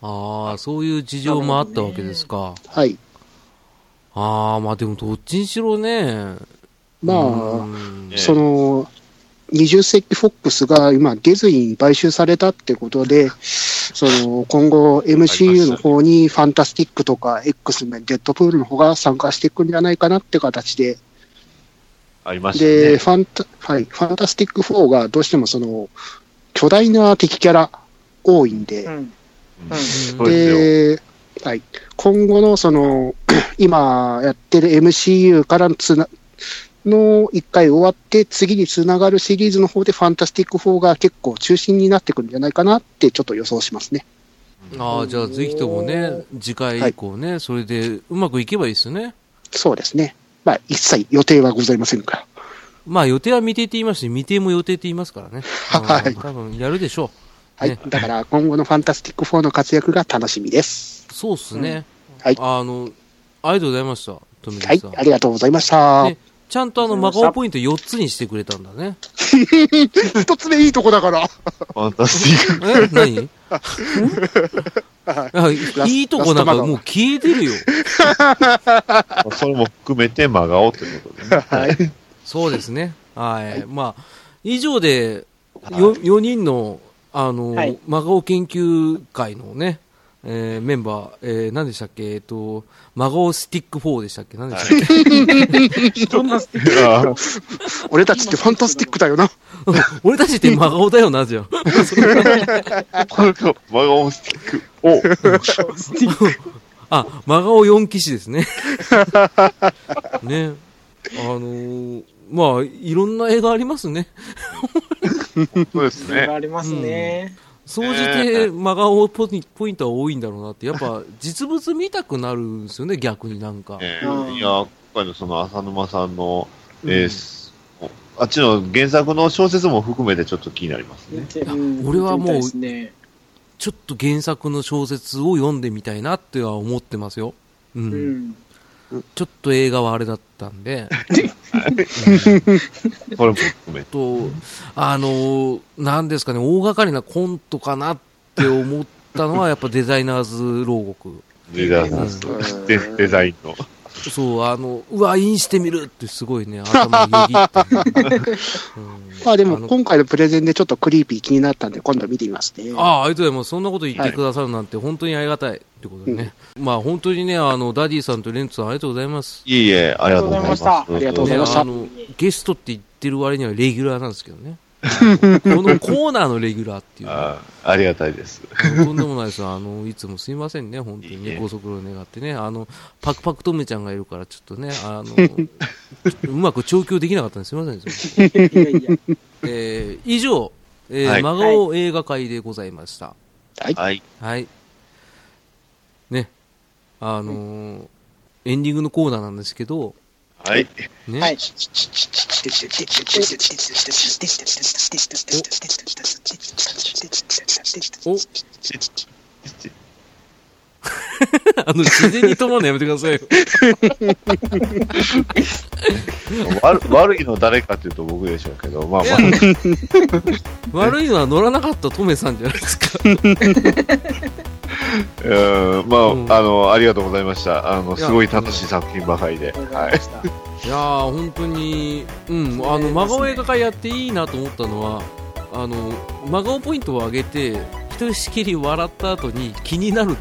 [SPEAKER 1] ああ、そういう事情もあったわけですか。
[SPEAKER 4] はい。
[SPEAKER 1] ああ、まあでもどっちにしろね。
[SPEAKER 4] まあ、
[SPEAKER 1] うん
[SPEAKER 2] ね
[SPEAKER 4] その、20世紀フォックスが今、ディズニーに買収されたってことで、その、今後 MCU の方にファンタスティックとか X メン、デッドプールの方が参加していくんじゃないかなって形で、
[SPEAKER 2] ありました
[SPEAKER 4] で、
[SPEAKER 2] ね。
[SPEAKER 4] ファンタ、はい、ファンタスティック4がどうしてもその、巨大な敵キャラ多いんで、
[SPEAKER 3] うん。うん。
[SPEAKER 2] そうですよ。
[SPEAKER 4] で、はい、今後のその <clears throat> 今やってる MCU からのつなの1回終わって次につながるシリーズの方でファンタスティック4が結構中心になってくるんじゃないかなってちょっと予想しますね。
[SPEAKER 1] ああ、じゃあぜひともね、次回以降ね、それでうまくいけばいいですね。
[SPEAKER 4] そうですね。まあ一切予定はございませんから。
[SPEAKER 1] まあ予定は未定って言いますし、未定も予定って言います
[SPEAKER 4] <laughs>
[SPEAKER 1] からね。
[SPEAKER 4] はい
[SPEAKER 1] うん多分やるでしょ
[SPEAKER 4] はい。
[SPEAKER 1] ね
[SPEAKER 4] だから今後のファンタスティック4の活躍が楽しみです。
[SPEAKER 1] う。そうっすね。
[SPEAKER 4] はい
[SPEAKER 1] あの、ありがとうございました、富
[SPEAKER 4] は
[SPEAKER 1] 田
[SPEAKER 4] い
[SPEAKER 1] さん。。
[SPEAKER 4] ありがとうございました。
[SPEAKER 1] ねちゃんとあの、マカオポイント4つにしてくれたんだね。
[SPEAKER 4] <laughs> 一つ目いいとこだから。
[SPEAKER 2] ファンタスティック。
[SPEAKER 1] え何 <laughs>
[SPEAKER 4] <laughs>
[SPEAKER 1] あ
[SPEAKER 4] はラス
[SPEAKER 1] いいとこなんかもう消えてるよ。
[SPEAKER 2] まあそれも含めて真顔ってことでね。
[SPEAKER 4] はい。
[SPEAKER 1] そうですね。はい。まあ、以上で、よ、4人の、あの、
[SPEAKER 3] はい
[SPEAKER 1] 真顔研究会のね、えーメンバー、えー何でしたっけ、えっと、真顔スティック4でしたっけ何でしたっけ、
[SPEAKER 3] どんな素敵
[SPEAKER 2] あー
[SPEAKER 4] 俺たちってファンタスティックだよな。
[SPEAKER 1] <laughs> 俺たちって真顔だよな、じゃあ。
[SPEAKER 2] 真顔スティック。お
[SPEAKER 3] 素敵
[SPEAKER 1] あ、真顔4騎士ですね。 <laughs> ね。あのーまあ、いろんな絵がありますね。
[SPEAKER 2] そうですね。
[SPEAKER 3] がありますね。
[SPEAKER 1] 総じて真顔ポイポイントは多いんだろうなって、やっぱ実物見たくなるんですよね、逆になんか。
[SPEAKER 2] ね
[SPEAKER 3] うん
[SPEAKER 2] いや、今回のその浅沼さんの、
[SPEAKER 1] うん
[SPEAKER 2] えーすあっちの原作の小説も含めてちょっと気になります
[SPEAKER 3] 見
[SPEAKER 4] <laughs>
[SPEAKER 2] ね。
[SPEAKER 3] てうん
[SPEAKER 1] 俺はもう
[SPEAKER 3] 見てみたいですね
[SPEAKER 1] ちょっと原作の小説を読んでみたいなっては思ってますよ。うん。
[SPEAKER 3] うん。
[SPEAKER 1] ちょっと映画はあれだったんで、
[SPEAKER 2] これも含めて。
[SPEAKER 1] と、あのーなんですかね、大掛かりなコントかなって思ったのは、やっぱデザイナーズ牢獄。
[SPEAKER 2] デザインの
[SPEAKER 4] うん
[SPEAKER 2] デデザインの。
[SPEAKER 1] そう、あの、うわ、インしてみるってすごいね、頭よぎった、うん
[SPEAKER 4] まあで
[SPEAKER 1] あ
[SPEAKER 4] も
[SPEAKER 1] の
[SPEAKER 4] 今回のプレゼンでちょっとクリーピー気になったんで今度見てみますね。
[SPEAKER 1] ああ、ありがとうございます。そんなこと言ってくださるなんて本当にありがたいってことでね。まあ本当にね、あの、ダディさんとレンツさんありがとうございます。
[SPEAKER 2] いえいえ、ありがとうございます。
[SPEAKER 4] ありがとうございました
[SPEAKER 1] ねあの、ゲストって言ってる割にはレギュラーなんですけど
[SPEAKER 2] <laughs>
[SPEAKER 1] ね。このコーナーのレギュラーっていう、
[SPEAKER 2] あーありがたいです。
[SPEAKER 1] とんでもないです。あの、いつもすいませんね、本当に
[SPEAKER 2] いい
[SPEAKER 1] ね、
[SPEAKER 2] え
[SPEAKER 1] ご足労願ってね。あの、パクパクとめちゃんがいるから、ちょっとね、あの、 <laughs> ちょっとうまく調教できなかったんです。すいません。
[SPEAKER 3] いやいや。
[SPEAKER 1] えー、以上、えー
[SPEAKER 2] はい
[SPEAKER 1] 真顔映画会でございました。
[SPEAKER 2] はい。
[SPEAKER 1] はい。ね。あのーエンディングのコーナーなんですけど、 <laughs>
[SPEAKER 2] はい。
[SPEAKER 1] ね。
[SPEAKER 3] はい
[SPEAKER 1] おあの、自然に止まるのやめてくださいよ。
[SPEAKER 2] 悪悪い <laughs> の誰かっていうと僕でしょうけど、まあ
[SPEAKER 1] い
[SPEAKER 2] ま
[SPEAKER 1] や
[SPEAKER 2] あ、
[SPEAKER 1] 悪いのは乗らなかったトメさんじゃないですか。
[SPEAKER 2] うん、まあ、
[SPEAKER 1] うん
[SPEAKER 2] あの、ありがとうございました。あの、
[SPEAKER 1] いや
[SPEAKER 2] すごい楽しい作品ばかりで。はい。
[SPEAKER 1] いやー、本当に、うん、あの、真顔映画会やっていいなと思ったのは、あの、真顔ポイントを上げて、ひとしきり笑った後に気になるっ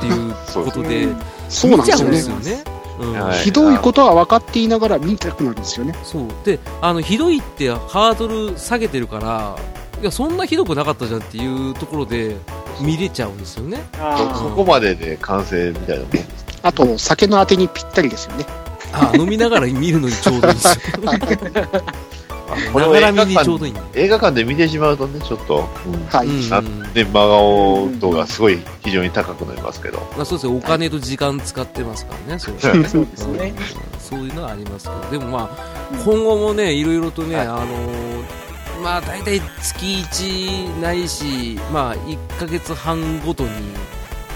[SPEAKER 1] て
[SPEAKER 2] <laughs>
[SPEAKER 1] いうことで、
[SPEAKER 4] そうなん
[SPEAKER 1] 見ち
[SPEAKER 4] で
[SPEAKER 1] ゃう
[SPEAKER 4] す
[SPEAKER 1] ん
[SPEAKER 4] よ
[SPEAKER 1] で
[SPEAKER 4] ね
[SPEAKER 1] す。よね。うん
[SPEAKER 2] はい
[SPEAKER 4] ひどいことは分かっていながら見たくなるんですよね。
[SPEAKER 1] そうであのひどいってハードル下げてるからいやそんなひどくなかったじゃんっていうところで見れちゃうんですよ
[SPEAKER 2] <laughs>
[SPEAKER 1] ね
[SPEAKER 2] そ
[SPEAKER 3] あ
[SPEAKER 2] こまでで完成みたいなもんです
[SPEAKER 4] あと、酒のあてにぴったりですよね。
[SPEAKER 1] あ飲みながら見るのにちょうどいいんですよ
[SPEAKER 2] これ
[SPEAKER 1] な
[SPEAKER 2] を
[SPEAKER 1] が
[SPEAKER 2] 映
[SPEAKER 1] ら
[SPEAKER 2] 画
[SPEAKER 1] 見にちょう
[SPEAKER 2] 館
[SPEAKER 1] どいいんだ
[SPEAKER 2] 映画館で見てしまうとね、ちょっと、うん
[SPEAKER 4] はい。
[SPEAKER 1] うん
[SPEAKER 2] あで、真顔度がすごい非常に高くなりますけど。
[SPEAKER 1] まあ、そうですねお金と時間使ってますからねそう
[SPEAKER 2] は
[SPEAKER 3] あ、そうです
[SPEAKER 1] う
[SPEAKER 3] ね。
[SPEAKER 1] んそういうのはありますけどでもまあ
[SPEAKER 3] うん
[SPEAKER 1] 今後もねいろいろとね、
[SPEAKER 2] はい
[SPEAKER 1] あのーまあ大体月1ないし、まあ1ヶ月半ごとに、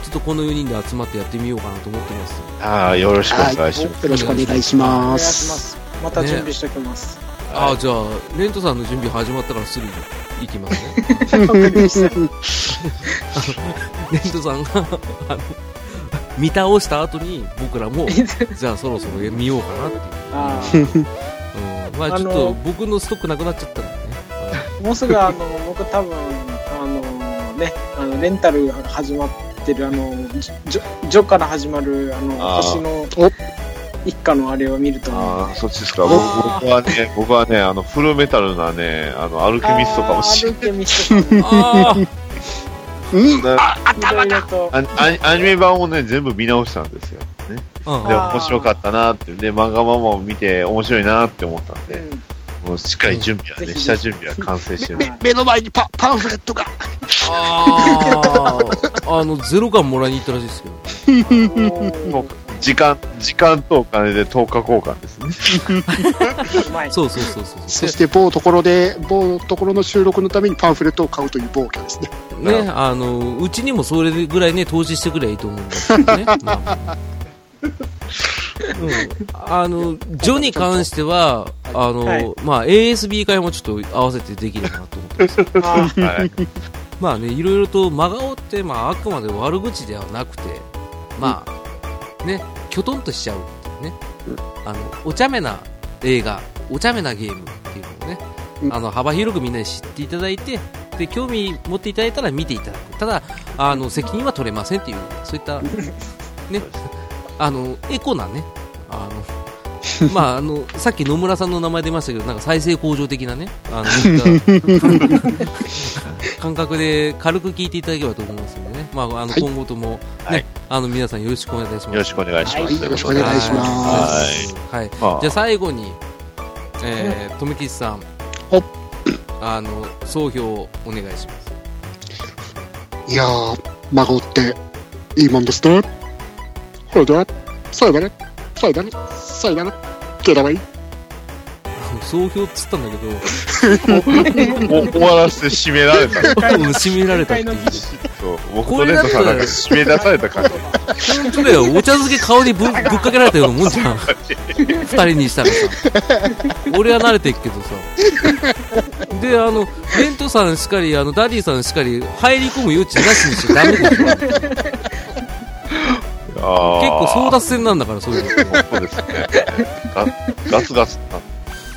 [SPEAKER 1] ちょっとこの4人で集まってやってみようかなと思ってます。
[SPEAKER 2] ああ、よろしくお願いします。
[SPEAKER 4] よろしくお願いし
[SPEAKER 3] お
[SPEAKER 4] ま
[SPEAKER 3] 願い
[SPEAKER 4] す
[SPEAKER 3] します。また準備しておきます。
[SPEAKER 1] ああ、じゃあ、レントさんの準備始まったからすぐ行きます
[SPEAKER 3] <laughs>
[SPEAKER 1] ね。
[SPEAKER 4] <laughs>
[SPEAKER 1] レントさんが、あの、見倒した後に僕ら
[SPEAKER 3] <laughs>
[SPEAKER 1] も、じゃあそろそろ見ようかなっていう。
[SPEAKER 3] あ
[SPEAKER 1] うん、まあちょっ
[SPEAKER 3] あの
[SPEAKER 1] と僕のストックなくなっちゃったんでね。
[SPEAKER 3] あ、もうすぐあの、僕多分、あのね、あの、レンタル始まってる、あの、ジョ、ジョジョから始まる、あの、
[SPEAKER 2] あー
[SPEAKER 3] 星の
[SPEAKER 4] お
[SPEAKER 3] 一家のあれを見ると思う。
[SPEAKER 2] ああ、そっちですか。僕僕はね、僕はね、あの、フルメタルなね、あの、アルケミストかもしれ
[SPEAKER 3] あーアルケミストかも
[SPEAKER 1] あ
[SPEAKER 2] な
[SPEAKER 4] うん
[SPEAKER 2] い。
[SPEAKER 3] いろいろと
[SPEAKER 2] あアアニメ版をね、全部見直したんですよ。ね、
[SPEAKER 1] あ、
[SPEAKER 2] で、
[SPEAKER 3] あー
[SPEAKER 2] 面白かったなって。で、漫画版も見て面白いなって思ったん
[SPEAKER 3] う
[SPEAKER 2] で、
[SPEAKER 3] ん
[SPEAKER 2] もうしっかり準備は
[SPEAKER 3] ぜ
[SPEAKER 2] ね、
[SPEAKER 3] ひ
[SPEAKER 2] 下準備は完成してる。
[SPEAKER 4] め目の前にパパンフレットが
[SPEAKER 1] ああ、あの、ゼロ感もらいに行ったらしいですけど。
[SPEAKER 2] もう時間、時間とお金で10日交換ですね。
[SPEAKER 3] うまい。
[SPEAKER 1] そうそうそうそう。
[SPEAKER 4] そして某ところで某ところの収録のためにパンフレットを買うという暴挙ですね
[SPEAKER 1] ね、あの、うちにもそれぐらいね、投資してくればいいと思うんですけど <laughs> ね。まあうん、あの、ジョに関しては、あの、
[SPEAKER 3] はい
[SPEAKER 1] まあ、ASB 会もちょっと合わせてできればなと思ってます。
[SPEAKER 3] あー
[SPEAKER 2] はい。
[SPEAKER 1] まあね、いろいろと真顔って、まあ、あくまで悪口ではなくて、まあ、ね、きょとんとしちゃうっていうね、あの、お茶目な映画、お茶目なゲームっていうのをね
[SPEAKER 4] う、ん
[SPEAKER 1] あの、幅広くみんなに知っていただいて、で、興味持っていただいたら見ていただく。ただ、あの、責任は取れませんっていう、そういった、ね、あの、エコなね、あの、まあ、あの、さっき野村さんの名前出ましたけど、なんか再生向上的なね、あの、そういった感覚で軽く聞いていただければと思いますのでね、まあ、あの
[SPEAKER 4] はい
[SPEAKER 1] 今後とも、ね
[SPEAKER 2] はい
[SPEAKER 1] あの皆さんよろしくお願いいたします。
[SPEAKER 2] よろしくお願いします。
[SPEAKER 3] はい
[SPEAKER 4] よろしくお願いします
[SPEAKER 2] はい。
[SPEAKER 1] はい、
[SPEAKER 2] まあ
[SPEAKER 1] じゃあ最後に、えー、富吉さん
[SPEAKER 4] ほっ、
[SPEAKER 1] あの総評をお願いします。 <laughs>
[SPEAKER 4] いやー孫っていいもんですねほらだそうだねそうだねそうだねけらばいい
[SPEAKER 1] 総評っつったんだけど、
[SPEAKER 2] お終わらせて締められた。
[SPEAKER 1] うん締められたっていう。
[SPEAKER 2] そう僕とレッドさんなんか締め出された感じ。
[SPEAKER 1] 本当だよ、お茶漬け顔にぶぶっかけられたようなもんじゃん。二人にしたらさ。俺は慣れてっけどさ。で、あの、レントさんしかり、あの、ダディさんしかり、入り込む余地なしにしちゃダメだよ。結
[SPEAKER 2] 結
[SPEAKER 1] 構争奪
[SPEAKER 2] す
[SPEAKER 1] 戦なんだから、そういうの。
[SPEAKER 2] そうですね。ガガツガツな。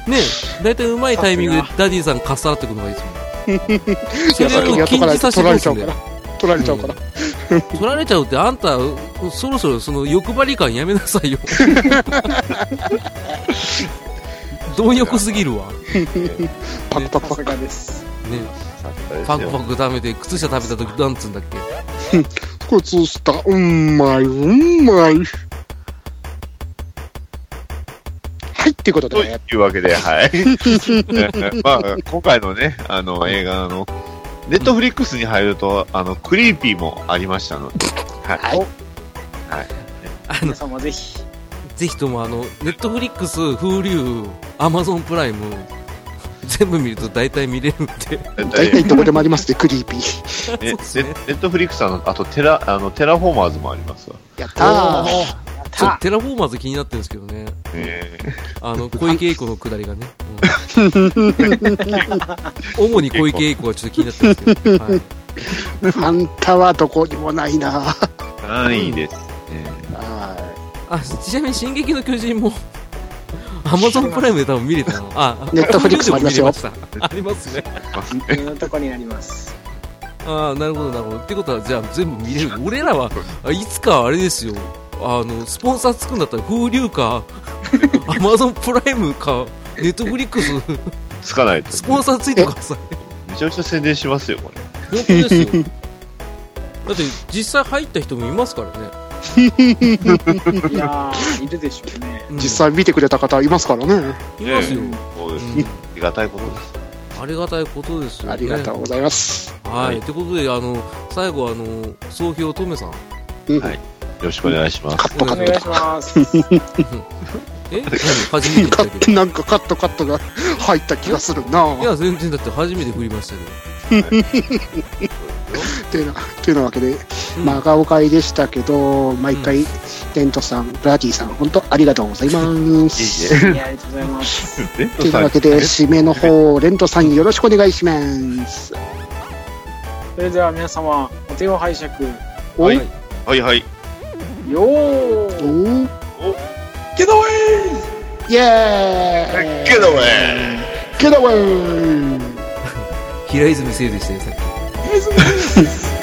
[SPEAKER 1] ねえ、大体うまいタイミングでダディさんかっさらってくのがいいですもん。
[SPEAKER 4] <laughs>
[SPEAKER 1] そ
[SPEAKER 4] や
[SPEAKER 1] れ
[SPEAKER 4] っ
[SPEAKER 1] を
[SPEAKER 4] やっと
[SPEAKER 1] 禁
[SPEAKER 4] かない
[SPEAKER 1] じ
[SPEAKER 4] と
[SPEAKER 1] させて
[SPEAKER 4] 取ら
[SPEAKER 1] ほ
[SPEAKER 4] れ
[SPEAKER 1] し
[SPEAKER 4] ち
[SPEAKER 1] い
[SPEAKER 4] ゃ
[SPEAKER 1] ん
[SPEAKER 4] う
[SPEAKER 1] だ
[SPEAKER 4] か
[SPEAKER 1] よ
[SPEAKER 4] ら。取られちゃうから、
[SPEAKER 1] 取られちゃうって、あんた、そろそろその欲張り感やめなさい
[SPEAKER 4] <laughs>
[SPEAKER 1] よ。貪欲すぎるわ。
[SPEAKER 4] パクパク
[SPEAKER 3] さす
[SPEAKER 4] パク
[SPEAKER 3] がです。
[SPEAKER 1] ねパクパク食べて、靴下食べた時なんつうんだっけ
[SPEAKER 4] 靴下うんまいうまいはいっていうこと
[SPEAKER 2] と
[SPEAKER 4] で、ね、
[SPEAKER 2] いうわけで、はい。まあ、今回のね、あの、映画の、ネットフリックスに入ると、あの、クリーピーもありましたので、はい。
[SPEAKER 1] あの
[SPEAKER 3] 皆、様ぜひ。
[SPEAKER 1] ぜひともあの、ネットフリックス、Hulu、Amazon プライム、全部見ると大体見れるんで。
[SPEAKER 4] 大体どこでもありますねクリーピー
[SPEAKER 1] そう
[SPEAKER 2] えネ
[SPEAKER 1] ですね。
[SPEAKER 2] ネットフリックスあの、あとテラ、あの、テラフォーマーズもありますわ。
[SPEAKER 4] やったー
[SPEAKER 1] ちょっとテラフォーマーズ気になってるんですけどね。
[SPEAKER 2] え
[SPEAKER 1] あ <laughs> の、小池栄子のくだりがね。 <laughs> うん主に小池栄子がちょっと気になってるんですけど。はい
[SPEAKER 4] ファンタはどこにもないなぁ。
[SPEAKER 2] ー、何位です。え
[SPEAKER 1] あ、ちなみに進撃の巨人も、Amazon プライムで多分見れたの。あ、
[SPEAKER 4] Netflix もありますよ
[SPEAKER 1] Hulu でも <laughs> 見れました。ありますね。
[SPEAKER 3] いろんなとこにあります。
[SPEAKER 1] ああ、なるほど、なるほど。ってことは、じゃあ全部見れる。俺らは、あいつかあれですよ。あの、スポンサーつくんだったら、風流 <laughs> か、アマゾンプライムか、ネットフリックス、
[SPEAKER 2] ーつかないと。
[SPEAKER 1] スポンサーついてください。
[SPEAKER 2] めちゃくちゃ宣伝しますよ、これ。
[SPEAKER 1] 本当です <laughs> よ。だって、実際入った人もいますからね。
[SPEAKER 3] いやー、いるでしょうね。
[SPEAKER 1] うん
[SPEAKER 4] 実。際見てくれた方いますからね。
[SPEAKER 1] いますよ。
[SPEAKER 2] ねそうです。
[SPEAKER 1] うん
[SPEAKER 2] ありがたいことです。
[SPEAKER 1] ありがたいことですよ、ね。
[SPEAKER 4] ありがとうございます。
[SPEAKER 1] はい。ということで、あの、最後、あの、総評とめさん。
[SPEAKER 4] うん
[SPEAKER 2] はいよろしくお願いしま
[SPEAKER 1] <laughs>
[SPEAKER 2] す。
[SPEAKER 4] カッパカ
[SPEAKER 1] う
[SPEAKER 3] お
[SPEAKER 1] ん
[SPEAKER 4] ッ
[SPEAKER 3] 願いします。
[SPEAKER 1] え何初めて見たけど。
[SPEAKER 4] なんかカットカットが <laughs> 入った気がするない
[SPEAKER 1] や、全然だって初めて振りましたけど。
[SPEAKER 4] てなてなわけで、
[SPEAKER 1] うん
[SPEAKER 4] 真顔会でしたけど、毎回、デントさん、ブラディさん、本当ありがとうございます。
[SPEAKER 2] いえいえ
[SPEAKER 3] ありがとうございます。
[SPEAKER 2] レン
[SPEAKER 4] というわけで、締めの方、レントさんよろしくお願いします。
[SPEAKER 3] それでは皆様、お手を拝借。
[SPEAKER 4] お
[SPEAKER 2] はいはいはい。
[SPEAKER 3] よー
[SPEAKER 4] お
[SPEAKER 3] けどえ
[SPEAKER 4] イエーイ
[SPEAKER 2] けどね。
[SPEAKER 4] ゲットアウェイ
[SPEAKER 1] 平泉聖でしたよ、さっき。
[SPEAKER 3] ー